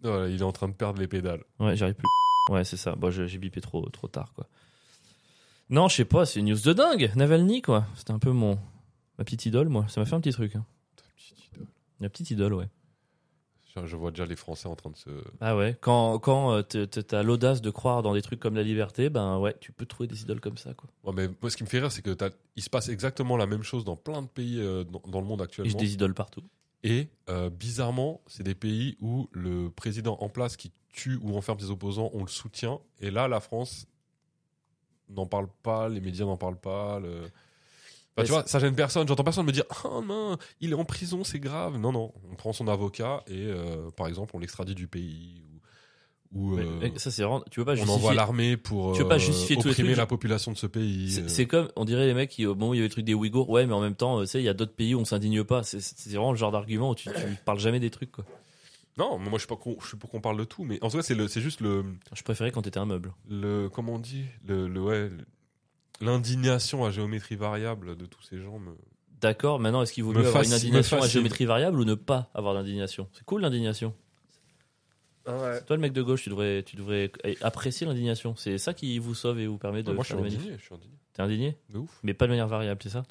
S2: voilà, oh il est en train de perdre les pédales.
S1: Ouais, j'arrive plus. Ouais, c'est ça. Bon, je- j'ai bipé trop, trop tard, quoi. Non, je sais pas, c'est une news de dingue. Navalny, quoi. C'était un peu mon. Ma petite idole, moi, ça m'a fait un petit truc. hein.
S2: Ta petite idole.
S1: La petite idole, ouais.
S2: Je je vois déjà les Français en train de se.
S1: Ah ouais, quand, quand euh, t'es- t'es- t'as l'audace de croire dans des trucs comme la liberté, ben ouais, tu peux trouver des idoles comme ça, quoi.
S2: Ouais, mais moi, ce qui me fait rire, c'est que t'as- il se passe exactement la même chose dans plein de pays euh, dans, dans le monde
S1: Ils se
S2: actuellement.
S1: désidolent partout.
S2: Et euh, bizarrement, c'est des pays où le président en place qui tue ou enferme ses opposants, on le soutient. Et là, la France n'en parle pas, les médias n'en parlent pas. le- Enfin,
S1: Mais
S2: tu vois, ça gêne personne. J'entends personne me dire Ah non, il est en prison, c'est grave. Non, non, on prend son avocat et euh, par exemple, on l'extradite du pays. Ou, ou,
S1: Mais,
S2: euh,
S1: mec, ça, c'est vraiment. Tu veux pas
S2: on envoie
S1: justifier.
S2: l'armée pour euh,
S1: Tu veux pas justifier tous les
S2: opprimer
S1: trucs.
S2: la population de ce pays.
S1: C'est
S2: euh.
S1: c'est comme, on dirait les mecs qui, au moment où il y avait le truc des Ouïghours, ouais, mais en même temps, euh, tu sais, il y a d'autres pays où on s'indigne pas. C'est c'est vraiment le genre d'argument où tu, tu parles jamais des trucs, quoi.
S2: Non, mais moi je suis pas con- je suis pour qu'on parle de tout, mais en tout cas c'est le- c'est juste le,
S1: Je préférais quand t'étais un meuble.
S2: le comment on dit le, le- ouais le- l'indignation à géométrie variable de tous ces gens. me-
S1: D'accord, maintenant, est-ce qu'il vaut
S2: Me
S1: mieux avoir
S2: fascine-
S1: une
S2: me
S1: indignation à
S2: fascine.
S1: géométrie variable ou ne pas avoir d'indignation C'est cool l'indignation. C'est Toi, le mec de gauche, tu devrais, tu devrais eh, apprécier l'indignation. C'est ça qui vous sauve et vous permet de
S2: moi je suis
S1: faire des manifs.
S2: indigné, je suis indigné.
S1: T'es indigné
S2: De ouf.
S1: Mais pas de manière variable, c'est ça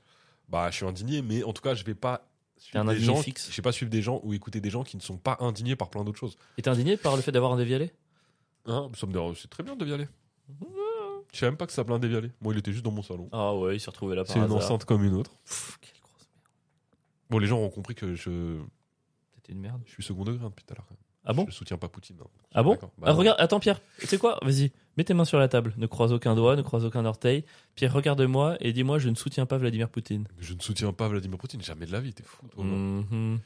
S2: Bah je suis indigné, mais en tout cas je vais pas
S1: un
S2: suivre des
S1: indigné
S2: gens,
S1: fixe.
S2: je vais pas suivre des gens ou écouter des gens qui ne sont pas indignés par plein d'autres choses.
S1: Et t'es indigné par le fait d'avoir un dévialé
S2: Hein, ça me dérange, c'est très bien de Vialet. Je sais même pas que ça s'appelait un dévialé. Moi il était juste dans mon salon.
S1: Ah ouais, il s'est retrouvé là par
S2: C'est une
S1: hasard.
S2: enceinte comme une autre.
S1: Pff, quelle grosse merde.
S2: Bon les gens ont compris que je,
S1: C'était une merde.
S2: je suis second degré hein, depuis tout à l'heure.
S1: Ah bon
S2: Je soutiens pas Poutine. hein.
S1: Ah bon
S2: D'accord. Bah,
S1: Ah,
S2: non.
S1: regarde, attends Pierre, tu sais quoi Vas-y, mets tes mains sur la table, ne croise aucun doigt, ne croise aucun orteil. Pierre, regarde-moi et dis-moi, je ne soutiens pas Vladimir Poutine.
S2: Je ne soutiens pas Vladimir Poutine, jamais de la vie, t'es fou. Toi, Non,
S1: Mhm.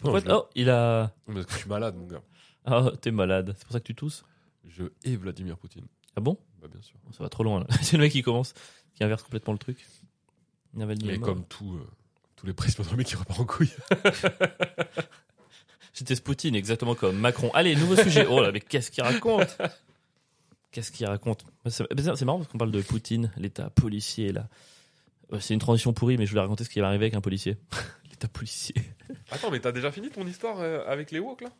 S1: Pourquoi
S2: je
S1: t- Oh, il a.
S2: le- Parce que je suis malade, mon gars.
S1: Ah, t'es malade, c'est pour ça que tu tousses
S2: Je hais Vladimir Poutine.
S1: Ah bon
S2: Bah, bien sûr.
S1: Ça va trop loin là. *laughs* c'est le mec qui commence, qui inverse complètement le truc.
S2: Mais comme tout, euh, tous les présidents de qui repart en couille. *laughs*
S1: C'était Poutine, exactement comme Macron. Allez, nouveau sujet. Oh là, mais qu'est-ce qu'il raconte Qu'est-ce qu'il raconte Bah, C'est c'est marrant parce qu'on parle de Poutine, l'état policier là. Euh, C'est une transition pourrie, mais je voulais raconter ce qui m'est arrivé avec un policier. *laughs* l'état policier.
S2: Attends, mais t'as déjà fini ton histoire euh, avec les woke là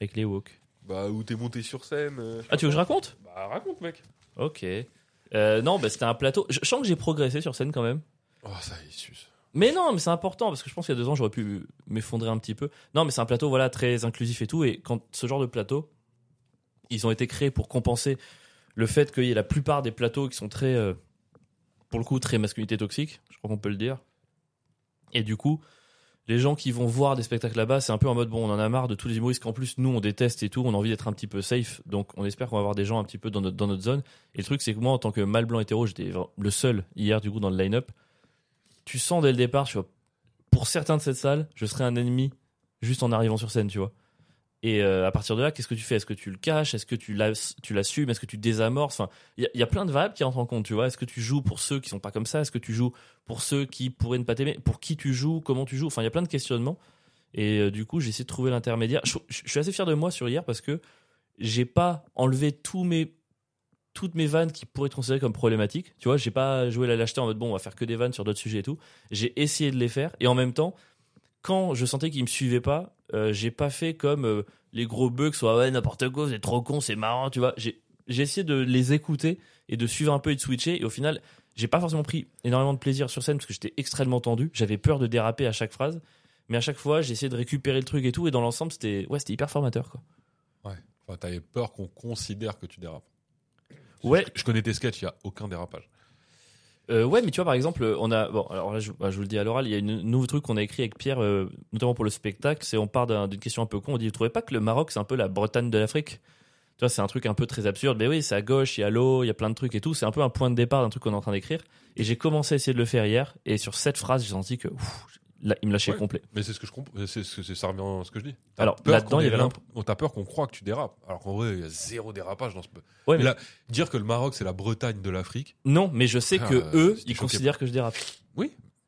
S1: Avec les woke.
S2: Bah, où t'es monté sur scène. euh,
S1: Ah, tu veux que je raconte
S2: Bah, raconte, mec.
S1: Ok. Euh, non, bah, c'était un plateau. Je je sens que j'ai progressé sur scène quand même.
S2: Oh, ça y est, sus.
S1: Mais non, mais c'est important parce que je pense qu'il y a deux ans, j'aurais pu m'effondrer un petit peu. Non, mais c'est un plateau voilà très inclusif et tout. Et quand ce genre de plateau, ils ont été créés pour compenser le fait qu'il y ait la plupart des plateaux qui sont très, euh, pour le coup, très masculinité toxique. Je crois qu'on peut le dire. Et du coup, les gens qui vont voir des spectacles là-bas, c'est un peu en mode bon, on en a marre de tous les humoristes qu'en plus nous on déteste et tout. On a envie d'être un petit peu safe. Donc on espère qu'on va avoir des gens un petit peu dans notre, dans notre zone. Et le truc, c'est que moi, en tant que mâle blanc hétéro, j'étais vra- le seul hier du coup dans le line-up. Tu sens dès le départ, tu vois, pour certains de cette salle, je serais un ennemi juste en arrivant sur scène, tu vois. Et euh, à partir de là, qu'est-ce que tu fais Est-ce que tu le caches Est-ce que tu l'as- tu l'assumes Est-ce que tu désamorces Enfin, il y, a- il y a plein de variables qui rentrent en compte, tu vois. Est-ce que tu joues pour ceux qui sont pas comme ça Est-ce que tu joues pour ceux qui pourraient ne pas t'aimer Pour qui tu joues Comment tu joues Enfin, il y a plein de questionnements. Et euh, du coup, j'ai essayé de trouver l'intermédiaire. Je, je- je suis assez fier de moi sur hier parce que j'ai pas enlevé tous mes toutes mes vannes qui pourraient être considérées comme problématiques. Tu vois, j'ai pas joué la lâcheté en mode bon, on va faire que des vannes sur d'autres sujets et tout. J'ai essayé de les faire et en même temps, quand je sentais qu'ils me suivaient pas, euh, j'ai pas fait comme euh, les gros bugs soit ouais n'importe quoi, vous êtes trop con, c'est marrant, tu vois. J'ai j'ai essayé de les écouter et de suivre un peu et de switcher et au final, j'ai pas forcément pris énormément de plaisir sur scène parce que j'étais extrêmement tendu, j'avais peur de déraper à chaque phrase, mais à chaque fois, j'ai essayé de récupérer le truc et tout et dans l'ensemble, c'était ouais, c'était hyper formateur quoi.
S2: Ouais. Enfin, t'avais peur qu'on considère que tu dérapes.
S1: Ouais,
S2: Je connais tes sketchs, il y a aucun dérapage.
S1: Euh, ouais, mais tu vois, par exemple, euh, on a. Bon, alors là, je, bah, je vous le dis à l'oral, il y a un nouveau truc qu'on a écrit avec Pierre, euh, notamment pour le spectacle. C'est on part d'un- d'une question un peu con. On dit Vous trouvez pas que le Maroc, c'est un peu la Bretagne de l'Afrique Tu vois, c'est un truc un peu très absurde. Mais oui, c'est à gauche, il y a l'eau, il y a plein de trucs et tout. C'est un peu un point de départ d'un truc qu'on est en train d'écrire. Et j'ai commencé à essayer de le faire hier. Et sur cette phrase, j'ai senti que. ouf, là, il me lâchait
S2: Ouais.
S1: complet.
S2: Mais c'est ce que je comprends. C'est ce que c'est- ça revient à ce que je dis. T'as
S1: Alors,
S2: peur
S1: là-dedans,
S2: qu'on
S1: il y
S2: ait
S1: avait
S2: l'imp- on t'a peur qu'on croit que tu dérapes. Alors qu'en vrai, il y a zéro dérapage dans ce.
S1: Ouais,
S2: Mais
S1: mais-
S2: là, dire que le Maroc, c'est la Bretagne de l'Afrique.
S1: Non, mais je sais
S2: Ah,
S1: que
S2: euh,
S1: eux,
S2: c'était
S1: ils
S2: choqué.
S1: considèrent que je dérape.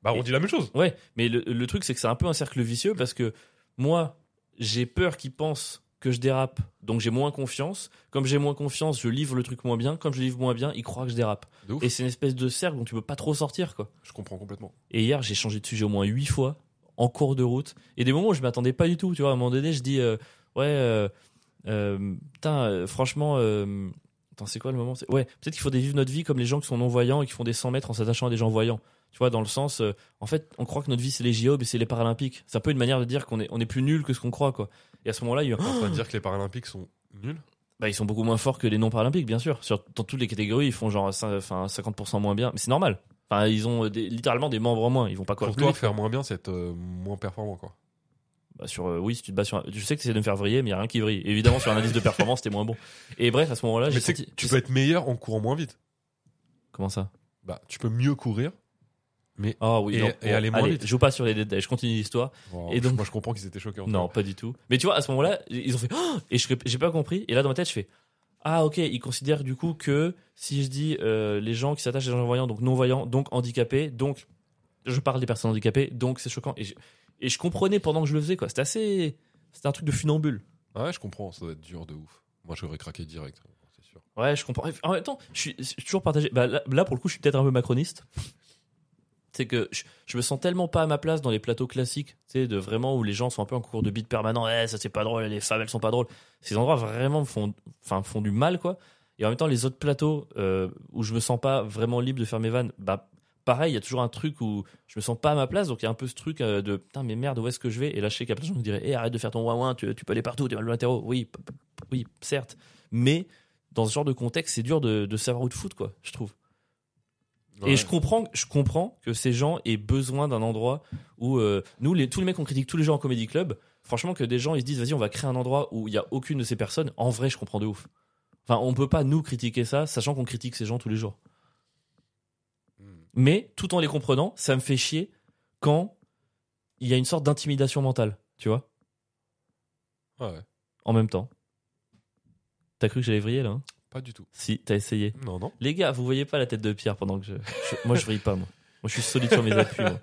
S2: Bah, on
S1: Et-
S2: dit la même chose.
S1: Ouais, mais le, le truc, c'est que c'est un peu un cercle vicieux parce que moi, j'ai peur qu'ils pensent que je dérape, donc j'ai moins confiance. Comme j'ai moins confiance, je livre le truc moins bien. Comme je livre moins bien, ils croient que je dérape.
S2: De ouf.
S1: Et c'est une espèce de cercle dont tu peux pas trop sortir, quoi.
S2: Je comprends complètement.
S1: Et hier, j'ai changé de sujet au moins huit fois en cours de route. Et des moments où je m'attendais pas du tout. Tu vois, à un moment donné, je dis euh, ouais, euh, euh, putain, euh, franchement, euh, attends, c'est quoi le moment C'est- Ouais, peut-être qu'il faudrait vivre notre vie comme les gens qui sont non voyants et qui font des 100 mètres en s'attachant à des gens voyants. Tu vois, dans le sens, euh, en fait, on croit que notre vie, c'est les JO et c'est les Paralympiques. C'est un peu une manière de dire qu'on est, on est plus nul que ce qu'on croit, quoi. Et à ce moment-là, il y a-
S2: T'es en train de dire que les Paralympiques sont nuls
S1: *gasps* bah, ils sont beaucoup moins forts que les non-paralympiques, bien sûr. Sur, dans toutes les catégories, ils font genre cin- enfin, 50% moins bien. Mais c'est normal. Enfin, ils ont euh, des- littéralement des membres en moins. Ils vont pas courir
S2: Pour
S1: plus
S2: toi,
S1: vite.
S2: faire moins bien, c'est être euh, moins performant, quoi.
S1: Bah, sur, euh, oui, si tu te bats sur un- Je sais que tu essaies de me faire vriller, mais il a rien qui vrille. Évidemment, sur un indice de performance, t'es moins bon. Et bref, à ce moment-là,
S2: Mais
S1: j'ai
S2: tu sais
S1: senti...
S2: que tu peux être meilleur en courant moins vite.
S1: Comment ça
S2: Bah, tu peux mieux courir.
S1: Ah oui,
S2: Et-
S1: non,
S2: et aller moins
S1: allez,
S2: vite.
S1: Joue pas sur les détails, je continue l'histoire.
S2: Bon,
S1: Et donc-
S2: moi, je comprends qu'ils étaient choqués. en
S1: Non, pas du tout. Mais tu vois, à ce moment-là, ils ont fait Ah et je- j'ai pas compris. Et là, dans ma tête, je fais ah ok, ils considèrent du coup que si je dis euh, les gens qui s'attachent à des gens voyants, donc non voyants, donc handicapés, donc je parle des personnes handicapées, donc c'est choquant. Et je, et je comprenais pendant que je le faisais quoi. C'était assez, c'était un truc de funambule.
S2: fait. Ah Ouais, je comprends, ça doit être dur de ouf. Moi, j'aurais craqué direct, hein, c'est sûr.
S1: Ouais, je comprends. En même temps, je suis, je suis toujours partagé. Bah, là, là, pour le coup, je suis peut-être un peu macroniste. C'est que je, je me sens tellement pas à ma place dans les plateaux classiques, tu sais, de vraiment où les gens sont un peu en cours de bite permanent. Eh, ça c'est pas drôle, les femmes elles sont pas drôles. Ces endroits vraiment me font, enfin, me font du mal, quoi. Et en même temps, les autres plateaux euh, où je me sens pas vraiment libre de faire mes vannes, bah, pareil, il y a toujours un truc où je me sens pas à ma place, donc il y a un peu ce truc euh, de putain, mais merde, où est-ce que je vais Et là, je sais qu'il y a plein de gens qui me diraient, eh, arrête de faire ton ouin tu, tu peux aller partout, t'es mal latéraux. Oui, p- p- oui, certes. Mais dans ce genre de contexte, c'est dur de, de savoir où te foutre, quoi, je trouve.
S2: Ouais.
S1: Et je comprends, je comprends que ces gens aient besoin d'un endroit où euh, nous, les, tous les mecs qu'on critique, tous les gens en comédie club, franchement, que des gens ils se disent, vas-y, on va créer un endroit où il n'y a aucune de ces personnes, en vrai, je comprends de ouf. Enfin, on peut pas nous critiquer ça, sachant qu'on critique ces gens tous les jours.
S2: Hmm.
S1: Mais tout en les comprenant, ça me fait chier quand il y a une sorte d'intimidation mentale, tu vois,
S2: Ah Ouais, ouais.
S1: en même temps. T'as cru que j'allais vriller là hein
S2: Pas du tout.
S1: Si, t'as essayé.
S2: Non, non.
S1: Les gars, vous voyez pas la tête de Pierre pendant que je. je- moi, je vrille pas, moi. Moi, je suis solide sur mes appuis. moi.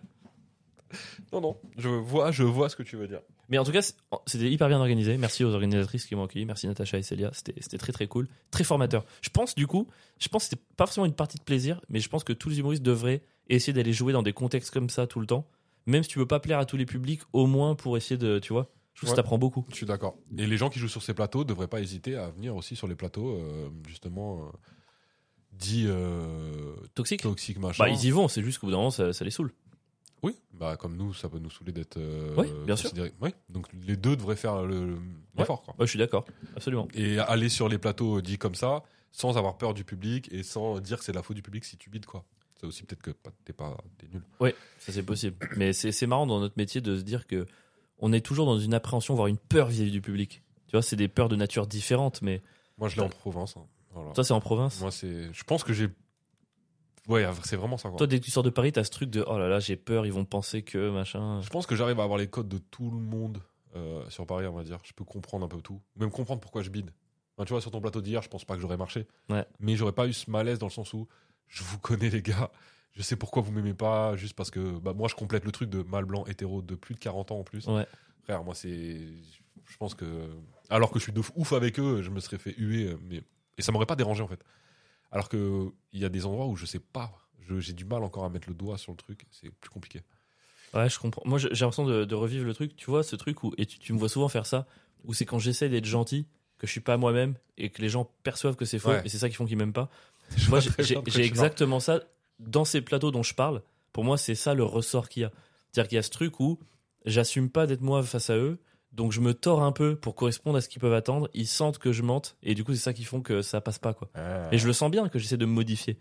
S2: Non, non. Je vois, je vois ce que tu veux dire.
S1: Mais en tout cas, c'est- oh, c'était hyper bien organisé. Merci aux organisatrices qui m'ont accueilli. Merci Natacha et Célia. C'était c'était très très cool. Très formateur. Je pense du coup, je pense que c'était pas forcément une partie de plaisir, mais je pense que tous les humoristes devraient essayer d'aller jouer dans des contextes comme ça tout le temps. Même si tu veux pas plaire à tous les publics, au moins pour essayer de. Tu vois, je trouve
S2: Ouais.
S1: que ça t'apprend beaucoup.
S2: Je suis d'accord. Et les gens qui jouent sur ces plateaux devraient pas hésiter à venir aussi sur les plateaux, euh, justement, euh, dits euh,
S1: Toxique
S2: toxiques, machin.
S1: Bah, ils y vont, c'est juste qu'au bout d'un moment, ça, ça les saoule.
S2: Oui, bah, comme nous, ça peut nous saouler d'être. euh,
S1: Oui, bien sûr.
S2: considérés. Oui, donc les deux devraient faire le- l'effort, quoi.
S1: Ouais, je suis d'accord, absolument.
S2: Et aller sur les plateaux euh, dits comme ça, sans avoir peur du public et sans dire que c'est de la faute du public si tu bides, quoi. Ça aussi, peut-être que pas- t'es pas t'es nul.
S1: Ça, c'est possible. Mais c'est c'est marrant dans notre métier de se dire que on est toujours dans une appréhension, voire une peur vis-à-vis du public. Tu vois, c'est des peurs de nature différente, mais
S2: Moi, je l'ai en province. hein. Voilà.
S1: toi, c'est en province.
S2: Moi, c'est. Je pense que j'ai. Ouais, c'est vraiment ça, quoi.
S1: Toi, dès que tu sors de Paris, t'as ce truc de oh là là, j'ai peur, ils vont penser que machin.
S2: Je pense que j'arrive à avoir les codes de tout le monde euh, sur Paris, on va dire. Je peux comprendre un peu tout. Même comprendre pourquoi je bide. Enfin, tu vois, sur ton plateau d'hier, je pense pas que j'aurais marché.
S1: Ouais.
S2: Mais j'aurais pas eu ce malaise dans le sens où je vous connais, les gars. Je sais pourquoi vous m'aimez pas, juste parce que bah, moi, je complète le truc de mâle blanc hétéro de plus de 40 ans en plus.
S1: Ouais.
S2: Frère, moi, c'est. Je pense que. Alors que je suis de ouf avec eux, je me serais fait huer. euh, Mais... Et ça m'aurait pas dérangé, en fait. Alors que il y a des endroits où je sais pas. Je- J'ai du mal encore à mettre le doigt sur le truc. C'est plus compliqué.
S1: Ouais, je comprends. Moi, j'ai j'ai l'impression de, de revivre le truc. Tu vois, ce truc où et tu, tu me vois souvent faire ça, où c'est quand j'essaie d'être gentil que je suis pas moi-même et que les gens perçoivent que c'est faux
S2: Ouais.
S1: et c'est ça qui font qu'ils m'aiment pas.
S2: Je
S1: Moi,
S2: vois
S1: j'ai-
S2: très
S1: j'ai
S2: bien de quoi
S1: j'ai
S2: tu parles.
S1: exactement ça dans ces plateaux dont je parle. Pour moi, c'est ça le ressort qu'il y a. C'est-à-dire qu'il y a ce truc où j'assume pas d'être moi face à eux, donc je me tords un peu pour correspondre à ce qu'ils peuvent attendre. Ils sentent que je mente, et du coup, c'est ça qui font que ça passe pas, quoi. Et je le sens bien que j'essaie de me modifier.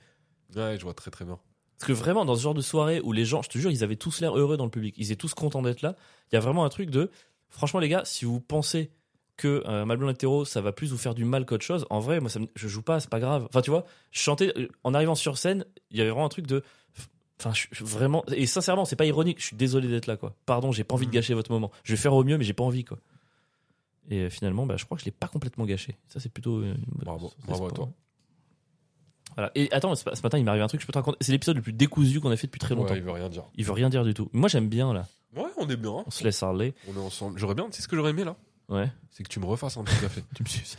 S2: Ouais, je vois très très bien.
S1: Parce que vraiment, dans ce genre de soirée où les gens, je te jure, ils avaient tous l'air heureux dans le public, ils étaient tous contents d'être là, il y a vraiment un truc de. Franchement, les gars, si vous pensez que euh, Malblond Hétéro, ça va plus vous faire du mal qu'autre chose, en vrai, moi, ça me- je joue pas, c'est pas grave. Enfin, tu vois, je chantais, euh, en arrivant sur scène, il y avait vraiment un truc de. Enfin, je suis vraiment. Et sincèrement, c'est pas ironique, je suis désolé d'être là, quoi. Pardon, j'ai pas envie de
S2: Mhm.
S1: gâcher votre moment. Je vais faire au mieux, mais j'ai pas envie, quoi. Et euh, finalement, bah, je crois que je l'ai pas complètement gâché. Ça, c'est plutôt. euh, une bonne-
S2: Bravo,
S1: c'est-
S2: bravo à
S1: c'est-
S2: toi.
S1: Voilà. Et attends, ce ce matin, il m'est arrivé un truc, je peux te raconter. C'est l'épisode le plus décousu qu'on a fait depuis très longtemps.
S2: Ouais, il veut rien dire.
S1: Il veut rien dire du tout. Moi, j'aime bien, là.
S2: Ouais, on est bien. hein.
S1: On se laisse parler.
S2: On est ensemble. J'aurais bien, tu sais ce que j'aurais aimé là
S1: Ouais.
S2: C'est que tu me refasses un petit café.
S1: *laughs* Tu me suces.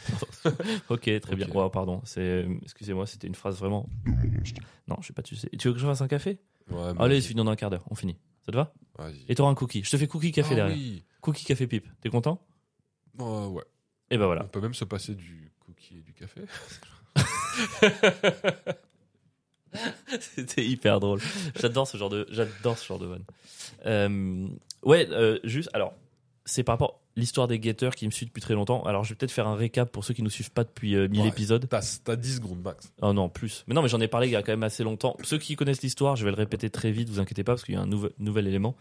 S1: ok, très
S2: Ok.
S1: bien. Oh, pardon. C'est... Excusez-moi, c'était une phrase
S2: *laughs*
S1: vraiment.
S3: de monstre.
S1: Non, je vais pas te sucer. Tu veux que je fasse un café
S2: Ouais, mais
S1: Allez,
S2: vas-y.
S1: c'est fini dans un quart d'heure. On finit. Ça te va
S2: Vas-y.
S1: Et t'auras un cookie. Je te fais cookie café
S2: Ah
S1: derrière.
S2: oui.
S1: Cookie café pipe. T'es content
S2: Euh, ouais.
S1: Et ben
S2: On
S1: voilà.
S2: peut même se passer du cookie et du café.
S1: *laughs* C'était hyper drôle. J'adore ce genre de, j'adore ce genre de vanne. Euh, ouais, euh, juste, alors, c'est par rapport à l'histoire des guetteurs qui me suit depuis très longtemps. Alors, je vais peut-être faire un récap pour ceux qui nous suivent pas depuis euh, 1000
S2: Ouais.
S1: épisodes.
S2: *laughs* T'as t'as 10 secondes max.
S1: Oh non, plus. Mais non, mais j'en ai parlé il y a quand même assez longtemps. Ceux qui connaissent l'histoire, je vais le répéter très vite, vous inquiétez pas, parce qu'il y a un nouvel, nouvel élément.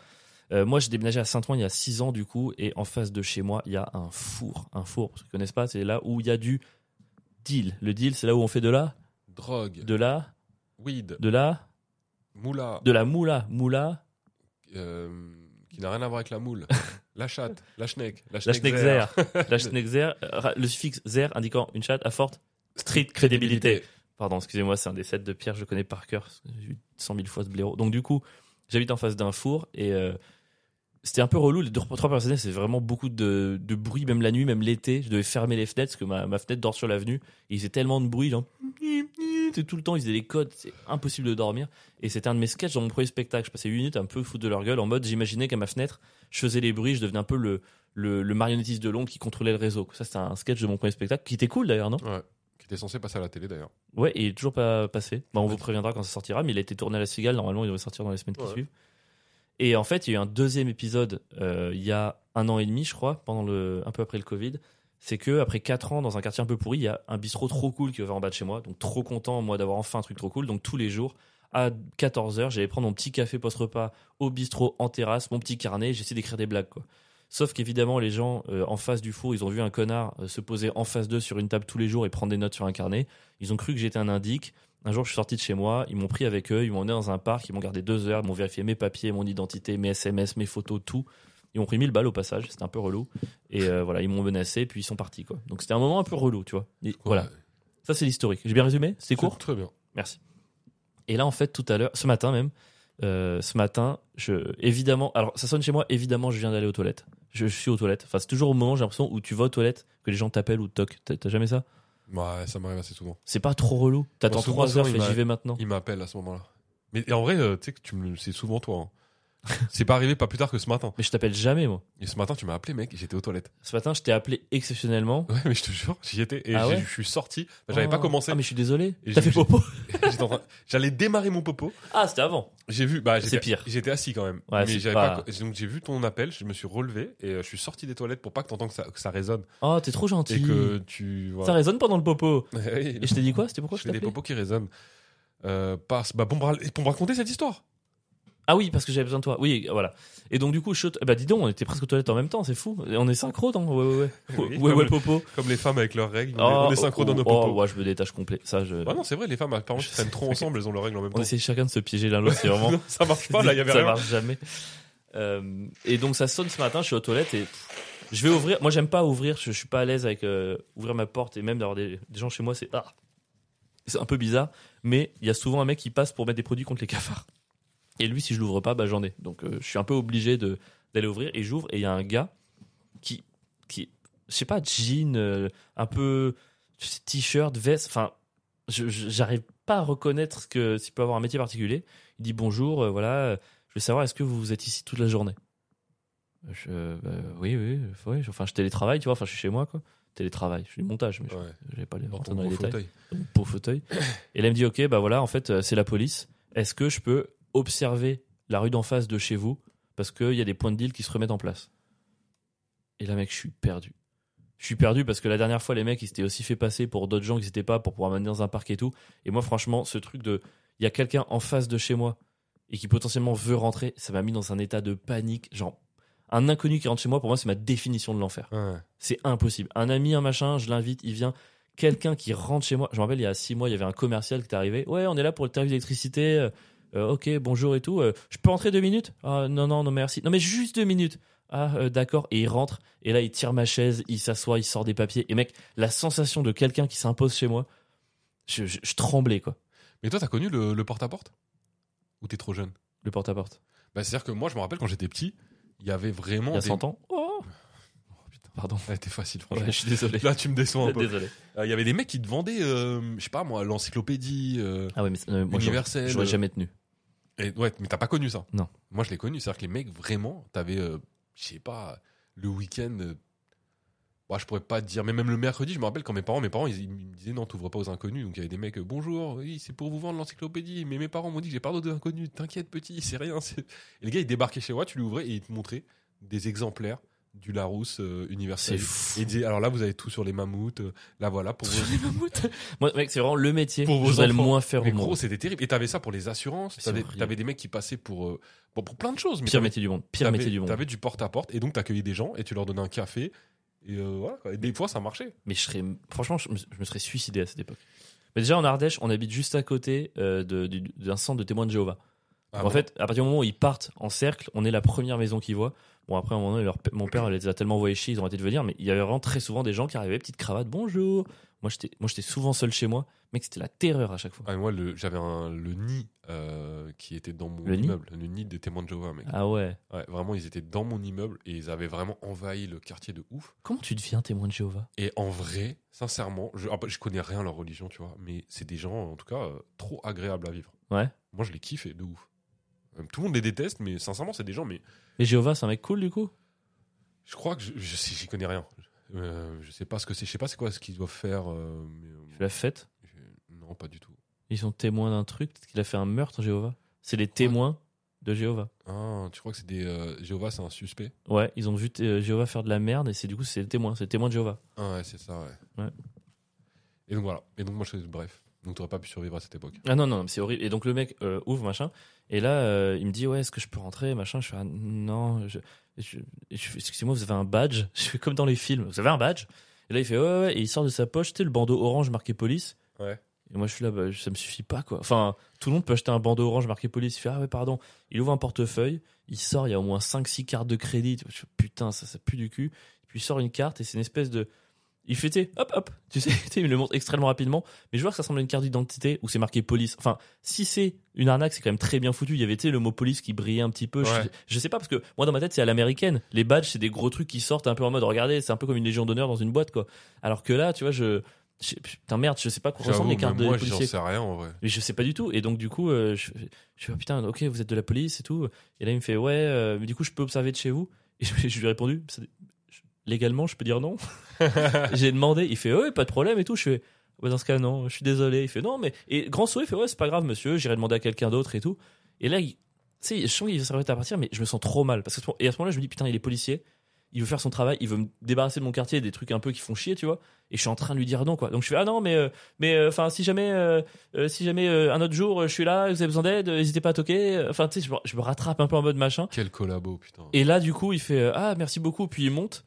S1: Euh, moi, j'ai déménagé à Saint-Ouen il y a 6 ans, du coup, et en face de chez moi, il y a un four. Un four, pour ceux qui connaissent pas, c'est là où il y a du deal. Le deal, c'est là où on fait de là,
S2: Drogue,
S1: de là,
S2: weed,
S1: de là,
S2: moula,
S1: de la moula, moula,
S2: euh, qui n'a rien à voir avec la
S1: *laughs*
S2: moule, la chatte, la schneck, la
S1: La
S2: schneckzer.
S1: Schneckzer. La Schneckzer, euh, ra- le suffixe zer indiquant une chatte à forte street crédibilité. Pardon, excusez-moi, c'est un des sets de Pierre, je le connais par cœur. parce que J'ai eu 100 000 fois ce blaireau. Donc, du coup, j'habite en face d'un four et euh, c'était un peu relou. Les deux, trois personnels, c'est vraiment beaucoup de, de bruit, même la nuit, même l'été. Je devais fermer les fenêtres parce que ma, ma fenêtre dort sur l'avenue. Et il faisait tellement de bruit, genre. c'est Tout le temps, ils faisaient des codes, c'est impossible de dormir. Et c'était un de mes sketchs dans mon premier spectacle. Je passais 8 minutes à un peu foutre de leur gueule en mode j'imaginais qu'à ma fenêtre, je faisais les bruits, je devenais un peu le, le, le marionnettiste de l'ombre qui contrôlait le réseau. Ça, c'était un sketch de mon premier spectacle qui était cool d'ailleurs, non
S2: Ouais, qui était censé passer à la télé d'ailleurs.
S1: Ouais, et il est toujours pas passé. Bah, on vous préviendra quand ça sortira, mais il a été tourné à la Cigale. Normalement, il devrait sortir dans les semaines qui
S2: Ouais.
S1: suivent. Et en fait, il y a eu un deuxième épisode euh, il y a un an et demi, je crois, pendant le, un peu après le Covid. C'est que après quatre ans dans un quartier un peu pourri, il y a un bistrot trop cool qui est ouvert en bas de chez moi. Donc trop content moi d'avoir enfin un truc trop cool. Donc tous les jours à 14h, j'allais prendre mon petit café post-repas au bistrot en terrasse, mon petit carnet, j'essayais d'écrire des blagues quoi. Sauf qu'évidemment, les gens euh, en face du four, ils ont vu un connard euh, se poser en face d'eux sur une table tous les jours et prendre des notes sur un carnet. Ils ont cru que j'étais un indique. Un jour, je suis sorti de chez moi, ils m'ont pris avec eux, ils m'ont emmené dans un parc, ils m'ont gardé deux heures, ils m'ont vérifié mes papiers, mon identité, mes SMS, mes photos, tout. Ils m'ont pris mille balles au passage, c'était un peu relou. Et euh, voilà, ils m'ont menacé, puis ils sont partis. quoi. Donc c'était un moment un peu relou, tu vois. Et Voilà, ça c'est l'historique. J'ai bien résumé C'est court
S2: Très bien.
S1: Merci. Et là, en fait, tout à l'heure, ce matin même, euh, ce matin, je, évidemment, alors ça sonne chez moi, évidemment, je viens d'aller aux toilettes. Je, je suis aux toilettes. Enfin, c'est toujours au moment, j'ai l'impression, où tu vas aux toilettes, que les gens t'appellent ou te toquent. T'as t'as jamais ça
S2: Ouais, ça m'arrive assez souvent.
S1: C'est pas trop relou. T'attends
S2: Moi, Bah, souvent,
S1: 3 heures,
S2: souvent,
S1: fais
S2: il m'a-
S1: j'y vais maintenant.
S2: Il m'appelle à ce moment-là. Mais et en vrai, euh, tu sais que tu me- c'est souvent toi. hein. *laughs* c'est pas arrivé pas plus tard que ce matin.
S1: Mais je t'appelle jamais, moi.
S2: Et ce matin, tu m'as appelé, mec, et j'étais aux toilettes. *laughs*
S1: Ce matin, je t'ai appelé exceptionnellement.
S2: Ouais, mais je te jure, j'y étais. Et
S1: Ah
S2: j'ai-
S1: ouais
S2: je suis sorti. Bah, J'avais
S1: Oh.
S2: pas commencé.
S1: Ah, mais je suis désolé.
S2: Et
S1: T'as
S2: j'ai-
S1: fait popo
S2: *laughs* J'étais en train- J'allais démarrer mon popo.
S1: Ah, c'était avant.
S2: J'ai vu, bah, j'étais-
S1: C'est pire.
S2: J'étais assis quand même.
S1: Ouais, c'est
S2: mais j'avais
S1: pas-
S2: pas... Donc j'ai vu ton appel, je me suis relevé et euh, je suis sorti des toilettes pour pas que t'entends que ça, que ça résonne
S1: Oh, t'es trop
S2: et
S1: gentil.
S2: que tu.
S1: Ça
S2: *laughs* Voilà.
S1: résonne pendant le popo.
S2: Oui,
S1: Et je t'ai dit quoi C'était pourquoi
S2: je
S1: je
S2: fais des
S1: t'appelais
S2: popos qui résonnent. Euh, parce... bah, pour, me ra- pour me raconter cette histoire.
S1: Ah oui, parce que j'avais besoin de toi. Oui, voilà. Et donc, du coup, je... bah dis donc, on était presque aux toilettes en même temps, c'est fou. On est synchro, non Ouais, ouais, ouais.
S2: Oui,
S1: ouais,
S2: comme
S1: ouais,
S2: le-
S1: popo.
S2: Comme les femmes avec leurs règles, on,
S1: Ah,
S2: est, on est synchro
S1: oh,
S2: dans nos
S1: oh,
S2: popos.
S1: ouais, je me détache complet. Ça, je...
S2: Ah non, c'est vrai, les femmes apparemment
S1: Je
S2: qui traînent
S1: sais.
S2: trop ensemble, elles ont leurs règles en même
S1: on
S2: temps.
S1: essaie chacun de se piéger l'un l'autre, c'est
S2: *laughs*
S1: vraiment.
S2: Non, *laughs* ça marche pas, là, il y avait
S1: ça
S2: rien.
S1: marche jamais. Euh, et donc ça sonne ce matin, je suis aux toilettes et pff, je vais ouvrir. Moi, j'aime pas ouvrir, je, je suis pas à l'aise avec euh, ouvrir ma porte et même d'avoir des, des gens chez moi, c'est ah, c'est un peu bizarre. Mais il y a souvent un mec qui passe pour mettre des produits contre les cafards. Et lui, si je l'ouvre pas, bah j'en ai. Donc euh, je suis un peu obligé de d'aller ouvrir et j'ouvre et il y a un gars qui qui je sais pas jean euh, un peu t-shirt veste enfin je- je- j'arrive pas à reconnaître ce que s'il peut avoir un métier particulier il dit bonjour, euh, voilà, euh, je veux savoir, est-ce que vous êtes ici toute la journée je, euh, bah, Oui, oui, euh, ouais, je- enfin, je télétravaille, tu vois, enfin, je suis chez moi, quoi. Télétravail, je fais du montage, mais je-
S2: Ouais,
S1: je vais pas les
S2: dans
S1: rentrer
S2: ton
S1: dans les
S2: gros
S1: détails.
S2: fauteuil.
S1: Dans mon pauvre fauteuil. Et là, il me dit, ok, bah voilà, en fait, euh, c'est la police. Est-ce que je peux observer la rue d'en face de chez vous Parce qu'il y a des points de deal qui se remettent en place. Et là, mec, je suis perdu. Je suis perdu parce que la dernière fois, les mecs, ils s'étaient aussi fait passer pour d'autres gens qui n'étaient pas, pour pouvoir m'amener dans un parc et tout. Et moi, franchement, ce truc de. Il y a quelqu'un en face de chez moi et qui potentiellement veut rentrer, ça m'a mis dans un état de panique. Genre, un inconnu qui rentre chez moi, pour moi, c'est ma définition de l'enfer.
S2: Ouais.
S1: C'est impossible. Un ami, un machin, je l'invite, il vient. Quelqu'un qui rentre chez moi. Je me rappelle, il y a six mois, il y avait un commercial qui était arrivé. Ouais, on est là pour le tarif d'électricité. Euh, euh, ok, bonjour et tout. Euh, je peux entrer deux minutes Ah, Non, non, non, merci. Non, mais juste deux minutes. Ah, euh, d'accord. Et il rentre. Et là, il tire ma chaise, il s'assoit, il sort des papiers. Et mec, la sensation de quelqu'un qui s'impose chez moi, je, je- je tremblais, quoi.
S2: Mais toi, t'as connu le le porte-à-porte Ou t'es trop jeune
S1: Le porte-à-porte.
S2: Bah, C'est-à-dire que moi, je me rappelle quand j'étais petit, il y avait vraiment.
S1: Il y a
S2: des-
S1: 100 ans. Oh,
S2: Oh, putain.
S1: pardon.
S2: Ouais, t'es facile, franchement.
S1: Ouais, je suis *laughs* désolé.
S2: Là, tu me déçois un peu. Euh,
S1: Désolé.
S2: Il y avait des mecs qui te vendaient, euh, je sais pas moi, l'encyclopédie euh,
S1: Ah ouais, mais c'est- non, mais moi, j'aurais-
S2: universelle.
S1: j'aurais jamais tenu.
S2: Et, ouais, mais t'as pas connu ça.
S1: Non.
S2: Moi, je l'ai connu. C'est-à-dire que les mecs, vraiment, t'avais, euh, je sais pas, le week-end, euh, bah, je pourrais pas te dire, mais même le mercredi, je me rappelle quand mes parents, mes parents, ils, ils me disaient non, t'ouvres pas aux inconnus. Donc il y avait des mecs, euh, bonjour, oui, c'est pour vous vendre l'encyclopédie. Mais mes parents m'ont dit que j'ai pardon d'inconnus. T'inquiète, petit, c'est rien. c'est- *laughs* Et le gars, il débarquait chez moi, tu lui ouvrais et il te montrait des exemplaires du Larousse euh, universel.
S1: C'est fou.
S2: Et il disait, alors là, vous avez tout sur les mammouths. euh, Là, voilà, pour vos,
S1: Moi, mec, c'est vraiment le métier
S2: Pour
S1: pour
S2: vos
S1: vous le
S2: enfants.
S1: moins faire au
S2: Mais gros,
S1: monde.
S2: c'était terrible. Et t'avais ça pour les assurances.
S1: Mais c'est
S2: T'avais
S1: horrible.
S2: t'avais des mecs qui passaient pour, euh, bon, pour plein de choses. Mais
S1: Pire
S2: t'avais-
S1: métier du monde. Pire
S2: t'avais-
S1: métier du monde.
S2: T'avais du porte-à-porte. Et donc, t'accueillais des gens et tu leur donnais un café. Et euh, voilà. quoi. Et des fois, ça marchait.
S1: Mais je serais, franchement, je me, je me serais suicidé à cette époque. Mais déjà, en Ardèche, on habite juste à côté euh, de- du- d'un centre de témoins de Jéhovah.
S2: Ah,
S1: en
S2: bon.
S1: fait, à partir du moment où ils partent en cercle, on est la première maison qu'ils voient. Bon, après, à un moment donné, leur p- mon père les a tellement envoyés chier, ils ont arrêté de venir, mais il y avait vraiment très souvent des gens qui arrivaient, petite cravate, bonjour. Moi, j'étais moi, j'étais souvent seul chez moi. Mec, c'était la terreur à chaque fois.
S2: Ah, mais moi, le- j'avais un- le nid euh, qui était dans mon
S1: Le nid
S2: immeuble. Le nid des témoins de Jéhovah, mec.
S1: Ah ouais.
S2: Ouais, vraiment, ils étaient dans mon immeuble et ils avaient vraiment envahi le quartier de ouf.
S1: Comment tu deviens témoin de Jéhovah
S2: Et en vrai, sincèrement, je, ah bah, je connais rien à leur religion, tu vois, mais c'est des gens, en tout cas, euh, trop agréables à vivre.
S1: Ouais.
S2: Moi, je les kiffe de ouf. Euh, Tout le monde les déteste, mais sincèrement, c'est des gens, mais
S1: Et Jéhovah, c'est un mec cool du coup
S2: je crois que je, je sais- j'y connais rien. Euh, je sais pas ce que c'est, je sais pas c'est quoi ce qu'ils doivent faire. euh, mais, euh,
S1: Tu l'as fête
S2: je- non, pas du tout.
S1: Ils sont témoins d'un truc, peut-être qu'il a fait un meurtre, Jéhovah. C'est les témoins de Jéhovah.
S2: Ah, tu crois que c'est des. euh, Jéhovah, c'est un suspect
S1: Ouais, ils ont vu euh, Jéhovah faire de la merde et c'est du coup c'est le témoin, c'est le témoin de Jéhovah.
S2: Ah, ouais, c'est ça, ouais.
S1: Ouais.
S2: Et donc voilà. Et donc, moi, je bref. Donc, t'aurais pas pu survivre à cette époque.
S1: Ah non non, mais c'est horrible. Et donc le mec euh, ouvre machin et là euh, il me dit ouais est-ce que je peux rentrer machin. Je fais ah, non. Je, je- je- Excusez-moi vous avez un badge. *laughs* Je fais comme dans les films. Vous avez un badge. Et là il fait ouais ouais et il sort de sa poche tu sais le bandeau orange marqué police.
S2: Ouais.
S1: Et moi je suis là bah, ça me suffit pas quoi. Enfin tout le monde peut acheter un bandeau orange marqué police. Il fait ah ouais pardon. Il ouvre un portefeuille. Il sort il y a au moins 5-6 cartes de crédit. Je fais, putain ça ça pue du cul. Puis il sort une carte et c'est une espèce de il fait, tu sais, hop, hop, tu sais, *laughs* tu sais, il me le montre extrêmement rapidement, mais je vois que ça ressemble à une carte d'identité où c'est marqué police. Enfin, si c'est une arnaque, c'est quand même très bien foutu. Il y avait, tu sais, le mot police qui brillait un petit peu.
S2: Ouais.
S1: Je, je sais pas, parce que moi, dans ma tête, c'est à l'américaine. Les badges, c'est des gros trucs qui sortent un peu en mode, regardez, c'est un peu comme une légion d'honneur dans une boîte, quoi. Alors que là, tu vois, je. je- putain, merde, je sais pas quoi ressemblent
S2: J'avoue,
S1: les cartes
S2: mais
S1: de
S2: moi,
S1: des
S2: j'en
S1: policiers.
S2: sais rien en vrai.
S1: Mais je sais pas du tout. Et donc, du coup, euh, je, je fais, oh, putain, ok, vous êtes de la police et tout. Et là, il me fait, ouais, euh, mais du coup, je peux observer de chez vous. *laughs* Et je, je lui ai répondu, Ça dé- je- légalement, je peux dire non. J'ai demandé, il fait, ouais, pas de problème et tout. Je fais, Ouais, dans ce cas, non, je suis désolé. Il fait, non, mais. Et grand sourire, il fait, ouais, c'est pas grave, monsieur, j'irai demander à quelqu'un d'autre et tout. Et là, il- tu sais, je sens qu'il va s'arrêter à partir, mais je me sens trop mal. Parce que, à ce moment- et à ce moment-là, je me dis, putain, il est policier. Il veut faire son travail, il veut me débarrasser de mon quartier, des trucs un peu qui font chier, tu vois. Et je suis en train de lui dire non, quoi. Donc je fais, ah non, mais, euh, mais, enfin, si jamais, euh, euh, si jamais euh, un autre jour euh, je suis là, vous avez besoin d'aide, euh, n'hésitez pas à toquer. Enfin, tu sais, je, me- je me rattrape un peu en mode machin.
S2: Quel collabo, putain.
S1: Et là, du coup, il fait euh, Ah, merci beaucoup. Puis il monte.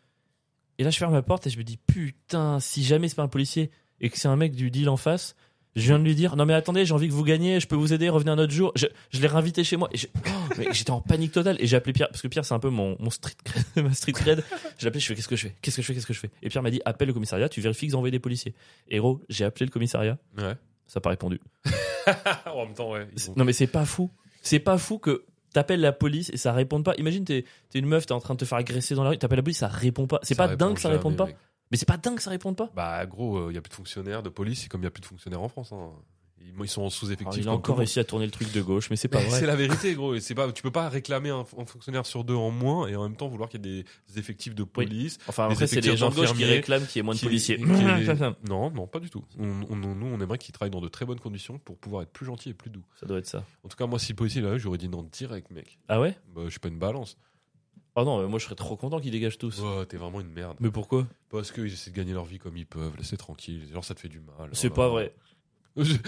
S1: Et là, je ferme la porte et je me dis Putain, si jamais c'est pas un policier et que c'est un mec du deal en face, je viens de lui dire Non, mais attendez, j'ai envie que vous gagniez, je peux vous aider, revenez un autre jour. Je, je l'ai réinvité chez moi. Et je- oh, mec, j'étais en panique totale. Et j'ai appelé Pierre, parce que Pierre, c'est un peu mon, mon street, cred- *laughs* ma street cred. J'ai appelé, je fais Qu'est-ce que je fais Qu'est-ce que je fais Qu'est-ce que je fais Et Pierre m'a dit Appelle le commissariat, tu vérifies qu'ils ont envoyé des policiers. Et gros, j'ai appelé le commissariat,
S2: Ouais.
S1: *laughs* ça n'a pas répondu. Ah,
S2: en même temps, ouais. ils ont-
S1: Non mais c'est pas fou. C'est pas fou que t'appelles la police et ça réponde pas. Imagine t'es t'es une meuf, t'es en train de te faire agresser dans la rue, t'appelles la police, ça répond pas. C'est
S2: ça
S1: pas dingue que ça
S2: jamais,
S1: réponde pas.
S2: mec.
S1: Mais c'est pas dingue que ça réponde pas.
S2: Bah, gros, il n'y a plus de fonctionnaires de police, c'est comme il n'y a plus de fonctionnaires en France. hein. Ils, ils sont en
S1: Alors,
S2: sous-effectif.
S1: il a
S2: comme tout
S1: encore
S2: le monde.
S1: réussi à tourner le truc de gauche, mais c'est pas
S2: Mais C'est
S1: vrai.
S2: la vérité, gros. et c'est Pas, tu peux pas réclamer un, un fonctionnaire sur deux en moins et en même temps vouloir qu'il y ait des effectifs de police.
S1: Enfin
S2: les
S1: après c'est
S2: effectifs
S1: les gens de gauche qui
S2: d'infirmiers
S1: réclament qu'il y ait moins de
S2: qui-
S1: policiers.
S2: qui-
S1: *laughs* ça
S2: Non, non, pas du tout. On, on- nous, on aimerait qu'ils travaillent dans de très bonnes conditions pour pouvoir être plus gentils et plus doux.
S1: doit être ça.
S2: En tout cas, moi, si possible, là, j'aurais dit non direct, mec.
S1: Ah ouais
S2: Bah, je suis pas une balance.
S1: Oh non, mais moi je serais trop content qu'ils dégagent tous.
S2: Oh, t'es vraiment une merde.
S1: Mais pourquoi
S2: Parce qu'ils essaient de gagner leur vie comme ils peuvent. Laissez tranquille. Genre, ça te fait du mal.
S1: C'est
S2: Oh là
S1: pas
S2: là.
S1: vrai.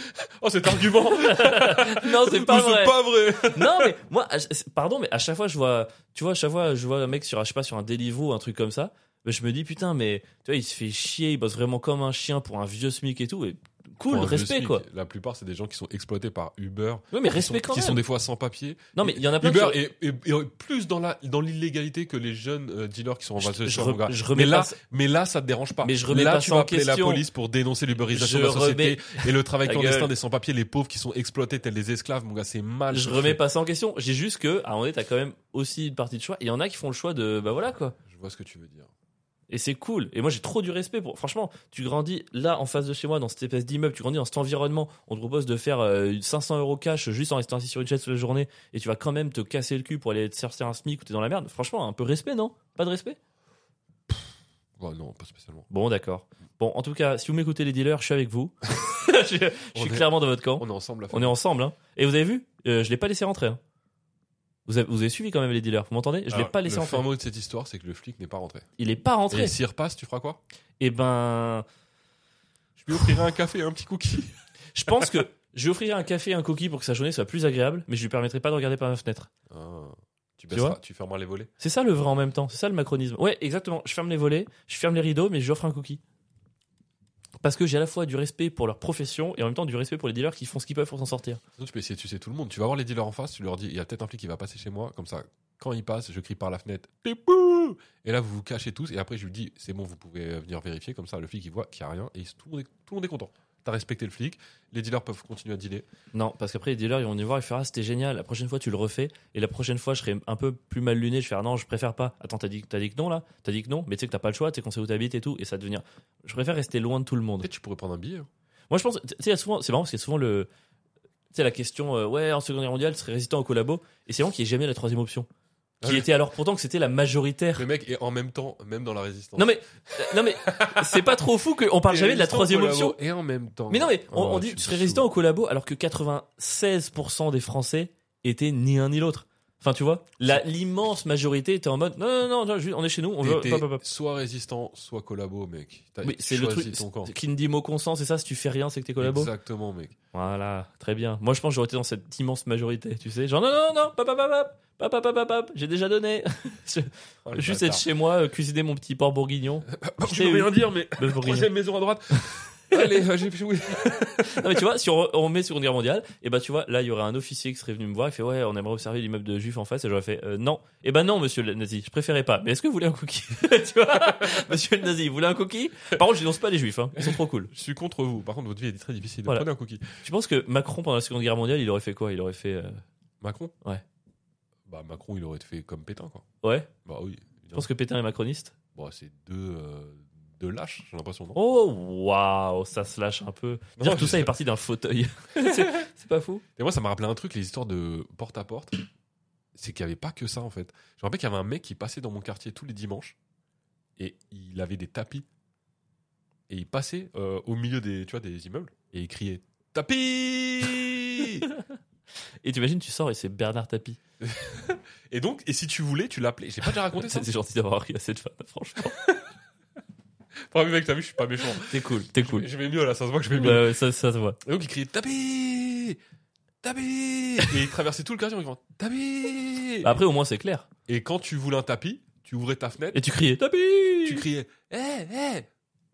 S2: *laughs* oh, cet argument
S1: *laughs* Non,
S2: *laughs*
S1: c'est pas vrai.
S2: vrai.
S1: non mais moi à- c'est- pardon mais à chaque fois je vois tu vois à chaque fois je vois un mec sur je sais pas sur un Deliveroo un truc comme ça ben, je me dis putain mais tu vois il se fait chier il bosse vraiment comme un chien pour un vieux smic et tout et cool
S2: Pour un vieux
S1: respect
S2: SMIC,
S1: quoi
S2: La plupart, c'est des gens qui sont exploités par Uber.
S1: oui mais
S2: qui sont-
S1: respect quand
S2: Qui
S1: même
S2: sont des fois sans papier.
S1: non mais il y en a plein qui
S2: Uber
S1: sont-
S2: est, est- est plus dans la dans l'illégalité que les jeunes euh, dealers qui sont en
S1: je,
S2: face de
S1: je
S2: chez
S1: re-
S2: gars.
S1: je
S2: Mais
S1: remets
S2: là,
S1: pas ça-
S2: mais là, ça te dérange pas.
S1: Mais je remets
S2: là,
S1: pas
S2: tu
S1: ça
S2: vas
S1: en
S2: appeler
S1: question.
S2: la police pour dénoncer l'ubérisation
S1: Je
S2: de la société et le travail
S1: Ta
S2: clandestin
S1: gueule.
S2: des sans-papiers, les pauvres qui sont exploités tels des esclaves. Mon gars, c'est mal.
S1: je remets pas ça en question j'ai juste que à un moment donné t'as quand même aussi une partie de choix et il y en a qui font le choix de bah voilà quoi
S2: Je vois ce que tu veux dire.
S1: Et c'est cool. Et moi, j'ai trop du respect pour. Franchement, tu grandis là, en face de chez moi, dans cette espèce d'immeuble, tu grandis dans cet environnement. On te propose de faire euh, 500 euros cash juste en restant assis sur une chaise toute la journée et tu vas quand même te casser le cul pour aller te chercher un SMIC ou t'es dans la merde. Franchement, un peu respect, non Pas de respect
S2: Ouais, non, pas spécialement.
S1: Bon, d'accord. Bon, en tout cas, si vous m'écoutez les dealers, je suis avec vous. *laughs* je je
S2: On
S1: suis
S2: est-
S1: clairement dans votre camp.
S2: On est ensemble à faire.
S1: On est ensemble. hein. Et vous avez vu Euh, Je l'ai pas laissé rentrer. hein. Vous, avez, vous avez suivi quand même les dealers, vous m'entendez Je l'ai
S2: Alors,
S1: pas laissé
S2: Ah, Le
S1: rentrer.
S2: fin mot de cette histoire, c'est que le flic n'est pas rentré.
S1: Il est pas rentré.
S2: Et s'il repasse, tu feras quoi
S1: Eh ben,
S2: Je lui offrirai un café et un petit cookie.
S1: je pense que je lui offrirai un café et un cookie pour que sa journée soit plus agréable, mais je lui permettrai pas de regarder par ma fenêtre.
S2: Ah,
S1: Tu
S2: tu baisseras,
S1: vois
S2: tu, fermeras les volets.
S1: C'est ça le vrai en même temps. C'est ça le macronisme. Ouais, exactement. Je ferme les volets, je ferme les rideaux, mais j'offre un cookie. Parce que j'ai à la fois du respect pour leur profession et en même temps du respect pour les dealers qui font ce qu'ils peuvent pour s'en sortir.
S2: Sinon, tu peux essayer de sucer tout le monde. Tu vas voir les dealers en face, tu leur dis il y a peut-être un flic qui va passer chez moi. Comme ça, quand il passe, je crie par la fenêtre Pipou Et là, vous vous cachez tous. Et après, je lui dis c'est bon, vous pouvez euh, venir vérifier. Comme ça, le flic, il voit qu'il n'y a rien. Et il- tout le monde est, tout le monde est content. T'as respecté le flic. Les dealers peuvent continuer à dealer.
S1: Non, parce qu'après les dealers ils vont venir voir et faire ah c'était génial, la prochaine fois tu le refais et la prochaine fois je serai un peu plus mal luné, je vais faire non je préfère pas. Attends t'as dit t'as dit que non là, t'as dit que non, mais tu sais que t'as pas le choix, tu sais qu'on sait où t'habites et tout et ça va devenir. Je préfère rester loin de tout le monde.
S2: Peut-être tu pourrais prendre un billet. hein.
S1: Moi je pense, tu sais il y a souvent c'est marrant parce qu'il y a souvent le tu sais la question euh, ouais en Seconde Guerre mondiale tu serais résistant au collabo et c'est vraiment qu'il n'y ait jamais la troisième option qui
S2: Ah oui.
S1: était alors pourtant que c'était la majoritaire.
S2: Le mec est en même temps, même dans la résistance.
S1: Non mais euh, non mais c'est pas trop fou qu'on parle
S2: Et
S1: jamais de la
S2: résistant
S1: troisième
S2: au labo,
S1: option.
S2: Et en même temps.
S1: Mais non, mais on,
S2: Oh,
S1: on
S2: je
S1: dit tu
S2: suis
S1: serais
S2: chaud.
S1: résistant au collabo alors que 96% des Français étaient ni un ni l'autre. Enfin, tu vois, la- l'immense majorité était en mode non, non, non, non, juste, on est chez nous, on veut.
S2: T'es-
S1: hop, hop, hop.
S2: Soit résistant, soit collabo, mec. T'as
S1: Oui, c'est le
S2: choisi
S1: truc
S2: ton camp.
S1: qui ne dit mot consent, c'est ça, si tu fais rien, c'est que t'es collabo.
S2: Exactement, mec.
S1: Voilà, très bien. Moi, je pense que j'aurais été dans cette immense majorité, tu sais. Genre, non, non, non, non, papa, papa, papa, papa, papa, j'ai déjà donné. Je-
S2: Oh, le
S1: juste
S2: bâtard.
S1: être chez moi, euh, cuisiner mon petit porc
S2: *laughs*
S1: bourguignon.
S2: Je veux rien dire, mais
S1: Bœuf bourguignon.
S2: troisième maison à droite.
S1: *laughs*
S2: Allez, euh, j'ai oui.
S1: Non mais tu vois, si on, on met Seconde Guerre mondiale, et ben tu vois, là il y aurait un officier qui serait venu me voir, il fait ouais, on aimerait observer l'immeuble de juifs en face, et j'aurais fait euh, non. Et ben non, monsieur le nazi, je préférais pas. Mais est-ce que vous voulez un cookie *laughs* Tu vois, monsieur le nazi, vous voulez un cookie Par contre, je dénonce pas les juifs, hein. ils sont trop cool.
S2: Je suis contre vous. Par contre, votre vie est très difficile.
S1: Voilà.
S2: Prenez un cookie.
S1: Tu penses que Macron pendant la Seconde Guerre mondiale, il aurait fait quoi Il aurait fait euh,
S2: Macron
S1: Ouais.
S2: Bah, Macron, il aurait fait comme Pétain, quoi.
S1: ouais
S2: Bah oui.
S1: Je pense que Pétain est macroniste.
S2: Bon, c'est deux, euh, deux lâches, j'ai l'impression. non
S1: Oh waouh, ça se lâche un peu. Dire
S2: Non,
S1: que tout
S2: je
S1: ça
S2: sais.
S1: est parti d'un
S2: *laughs*
S1: fauteuil. c'est c'est pas fou
S2: Et moi, ça m'a rappelé un truc, les histoires de porte à porte. C'est qu'il n'y avait pas que ça, en fait. Je me rappelle qu'il y avait un mec qui passait dans mon quartier tous les dimanches et il avait des tapis. Et il passait euh, au milieu des, tu vois, des immeubles et il criait Tapis
S1: Et t'imagines, tu sors et c'est Bernard Tapie.
S2: Et donc, et si tu voulais, tu l'appelais. J'ai pas déjà raconté ça.
S1: C'est c'est gentil d'avoir ri à cette femme, franchement.
S2: Enfin, mec, t'as vu, je suis pas méchant.
S1: T'es cool, t'es cool.
S2: Je vais mieux là, ça se voit que je vais mieux.
S1: Ouais, ouais, ça, ça se voit.
S2: Et donc, il criait Tapis Tapis Et il traversait tout le quartier en criant Tapis
S1: Après, au moins, c'est clair.
S2: Et quand tu voulais un tapis, tu ouvrais ta fenêtre.
S1: Et tu criais tapis
S2: tu criais Eh, eh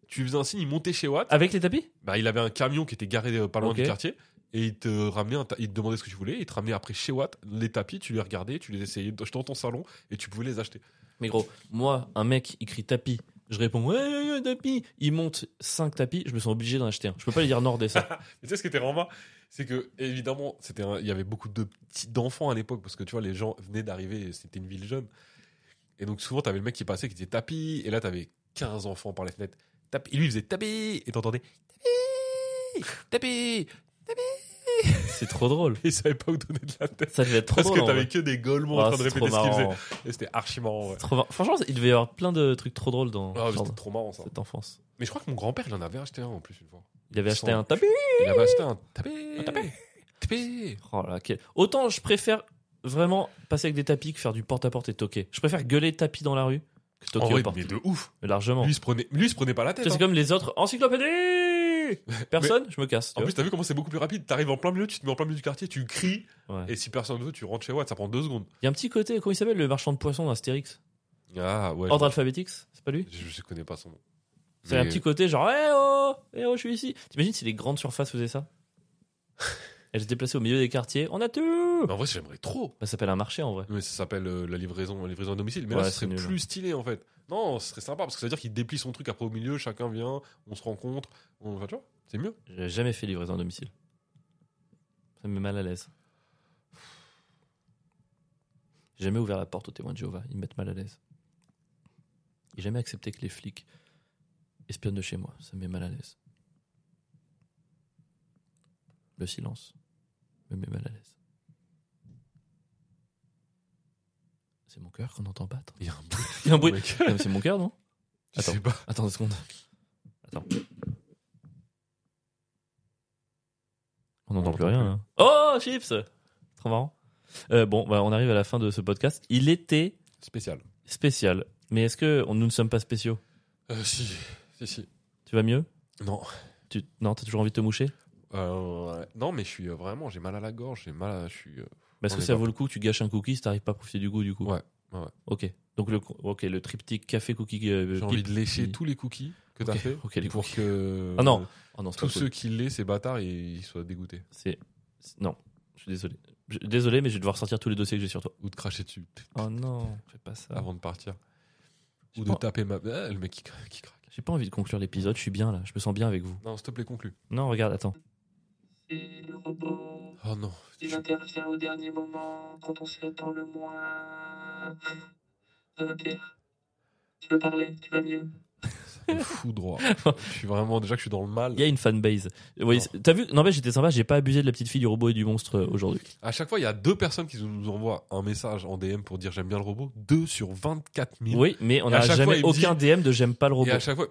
S2: Tu faisais un signe, il montait chez Watt.
S1: Avec les tapis
S2: Bah, il avait un camion qui était garé euh, pas loin
S1: Ok.
S2: du quartier. Et il te ramenait, un ta- il te demandait ce que tu voulais. Il te ramenait après chez Watt les tapis, tu les regardais, tu les essayais dans ton salon et tu pouvais les acheter.
S1: Mais gros, moi, un mec, il crie tapis. Je réponds ouais, ouais, ouais, tapis. Il monte 5 tapis, je me sens obligé d'en acheter un. Je peux pas lui dire non, dès
S2: *laughs*
S1: ça.
S2: Mais tu sais ce qui était vraiment marrant, c'est que évidemment, c'était un- il y avait beaucoup de petits d'enfants à l'époque parce que tu vois les gens venaient d'arriver, et c'était une ville jeune. Et donc souvent t'avais le mec qui passait qui disait tapis et là t'avais 15 enfants par les fenêtres. Tapis, et lui il faisait tapis et t'entendais tapis tapis
S1: C'est trop drôle.
S2: et il savait pas où donner de la tête
S1: Ça devait être trop
S2: parce
S1: drôle.
S2: que
S1: en
S2: t'avais
S1: vrai.
S2: que des golemons en
S1: Ah,
S2: train de
S1: c'est trop
S2: répéter ce qu'ils
S1: marrant.
S2: faisaient et c'était archi marrant. Ouais.
S1: Trop marrant. Franchement, il devait y avoir plein de trucs trop drôles dans
S2: Ah, mais
S1: dans
S2: c'était trop marrant ça.
S1: cette enfance.
S2: Mais je crois que mon grand-père il en avait acheté un en plus une fois.
S1: Il avait
S2: Ils
S1: acheté
S2: sont-
S1: un tapis.
S2: Il avait acheté un tapis
S1: Un tapis.
S2: tapis.
S1: Oh là, quel- Autant je préfère vraiment passer avec des tapis que faire du porte-à-porte et toquer. Je préfère gueuler tapis dans la rue que
S2: En
S1: toquer
S2: vrai,
S1: aux portes.
S2: mais de ouf.
S1: Largement.
S2: Lui il se prenait lui il se prenait pas la
S1: Tu
S2: tête.
S1: sais,
S2: hein.
S1: C'est comme les autres encyclopédies. Personne, je me casse. tu
S2: En
S1: vois.
S2: plus, t'as vu comment c'est beaucoup plus rapide. T'arrives en plein milieu, tu te mets en plein milieu du quartier, tu cries,
S1: Ouais.
S2: et si personne ne veut, tu rentres chez Watt, ça prend deux secondes.
S1: Il y a un petit côté, comment il s'appelle le marchand de poissons d'Astérix
S2: Ah ouais.
S1: Ordre alphabétix, c'est pas lui
S2: Je, je connais pas son nom.
S1: C'est un petit côté genre, eh oh, eh oh, je suis ici. T'imagines si les grandes surfaces faisaient
S2: *laughs*
S1: ça Elles se déplaçaient au milieu des quartiers, on a tout
S2: Mais en vrai, j'aimerais trop.
S1: Bah, Ça s'appelle un marché en vrai.
S2: Mais ça s'appelle euh, la livraison, la livraison à domicile. Mais
S1: Ouais,
S2: là, ce
S1: c'est
S2: serait
S1: nul.
S2: plus stylé en fait. Non, ce serait sympa parce que ça veut dire qu'il déplie son truc après au milieu, chacun vient, on se rencontre. On... Enfin, tu vois, c'est mieux.
S1: J'ai jamais fait livraison à domicile. Ça me met mal à l'aise. J'ai jamais ouvert la porte aux témoins de Jéhovah, ils me mettent mal à l'aise. J'ai jamais accepté que les flics espionnent de chez moi, ça me met mal à l'aise. Le silence me met mal à l'aise. C'est mon cœur qu'on entend battre.
S2: Il y a un bruit.
S1: Il y a un bruit.
S2: mec.
S1: Non, mais C'est mon cœur, non
S2: *laughs* Je sais pas.
S1: Attends deux secondes. Attends. On n'entend plus rien. hein. Oh, chips Trop marrant. Euh, bon, bah, on arrive à la fin de ce podcast. Il était
S2: Spécial.
S1: spécial. Mais est-ce que on- nous ne sommes pas spéciaux
S2: Euh, si. Si, si.
S1: Tu vas mieux
S2: Non.
S1: tu... Non, t'as toujours envie de te moucher Bah,
S2: Euh, ouais. non, mais je suis euh, vraiment, j'ai mal à la gorge, j'ai mal à. Je suis. euh,
S1: Bah, Est-ce
S2: On
S1: que
S2: est
S1: ça
S2: pas-
S1: vaut le coup que tu gâches un cookie si t'arrives pas à profiter du goût du coup
S2: Ouais, ouais, ouais.
S1: Ok. Donc le, ok, le triptyque café cookie. euh,
S2: j'ai envie
S1: pipe.
S2: de lécher
S1: il-
S2: tous les cookies que t'as
S1: Ok,
S2: fait.
S1: ok, les
S2: pour
S1: cookies.
S2: que.
S1: Ah non, Oh non, c'est
S2: Tous
S1: pas cool.
S2: ceux qui l'aient, ces bâtards, ils ils soient dégoûtés.
S1: C'est c'est- non, je suis désolé. Je- Désolé, mais je vais devoir sortir tous les dossiers que j'ai sur toi.
S2: Ou de cracher dessus t-
S1: Oh non, fais pas ça.
S2: avant de partir.
S1: Je
S2: Ou de
S1: pense-
S2: taper ma. Ah, le mec qui, cra- qui craque.
S1: J'ai pas envie de conclure l'épisode, je suis bien là, je me sens bien avec vous.
S2: Non, s'il te plaît, conclue.
S1: Non, regarde, attends.
S4: Les robots,
S2: Oh non.
S4: ils interviennent au dernier moment, quand on s'y attend le moins. Ça va, Pierre Tu veux parler Tu vas mieux
S2: Ça me fout
S1: *laughs*
S2: droit. je suis vraiment. Déjà que je suis dans le mal.
S1: Il y a une fanbase. Oui,
S2: Non.
S1: c'est- t'as vu Non, mais j'étais sympa, j'ai pas abusé de la petite fille du robot et du monstre euh, aujourd'hui.
S2: À chaque fois, il y a deux personnes qui nous envoient un message en DM pour dire j'aime bien le robot. Deux sur 24 000.
S1: Oui, mais on
S2: Et à
S1: n'a
S2: chaque fois,
S1: jamais
S2: il me
S1: aucun DM de j'aime pas le
S2: Et
S1: robot.
S2: à chaque fois.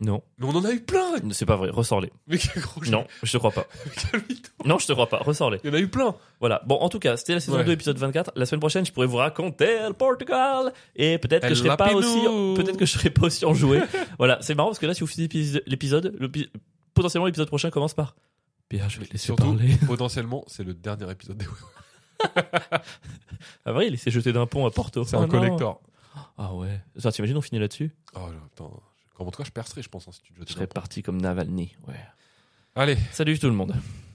S1: Non,
S2: Mais on en a eu plein
S1: c'est pas vrai, ressors-les.
S2: Mais quel gros
S1: Non, je te crois pas.
S2: Quel mytho.
S1: Non, je te crois pas, ressors-les.
S2: Il y en a eu plein
S1: Voilà. Bon, en tout cas, c'était la saison
S2: Ouais.
S1: 2, épisode 24. La semaine prochaine, je pourrais vous raconter le Portugal. Et peut-être que
S2: El
S1: je serai pas aussi,
S2: Lapinou.
S1: peut-être que je serai pas aussi
S2: *laughs*
S1: enjoué. voilà. C'est marrant parce que là, si vous finissez l'épis- l'épisode, l'épi- potentiellement l'épisode prochain commence par. Pierre, je vais te laisser
S2: Surtout,
S1: parler. *laughs* Oh
S2: potentiellement, c'est le dernier épisode des
S1: Ah vrai, il s'est jeté d'un pont à Porto.
S2: C'est
S1: Oh
S2: un
S1: non.
S2: collector.
S1: Ah ouais. Ça, t'imagines, on finit là-dessus?
S2: Oh, je- attends. je- En tout cas, je percerai, je pense, hein, si tu te jetais
S1: Je serais
S2: dans le
S1: parti comme Navalny. Ouais.
S2: pont. Allez,
S1: Salut tout le monde.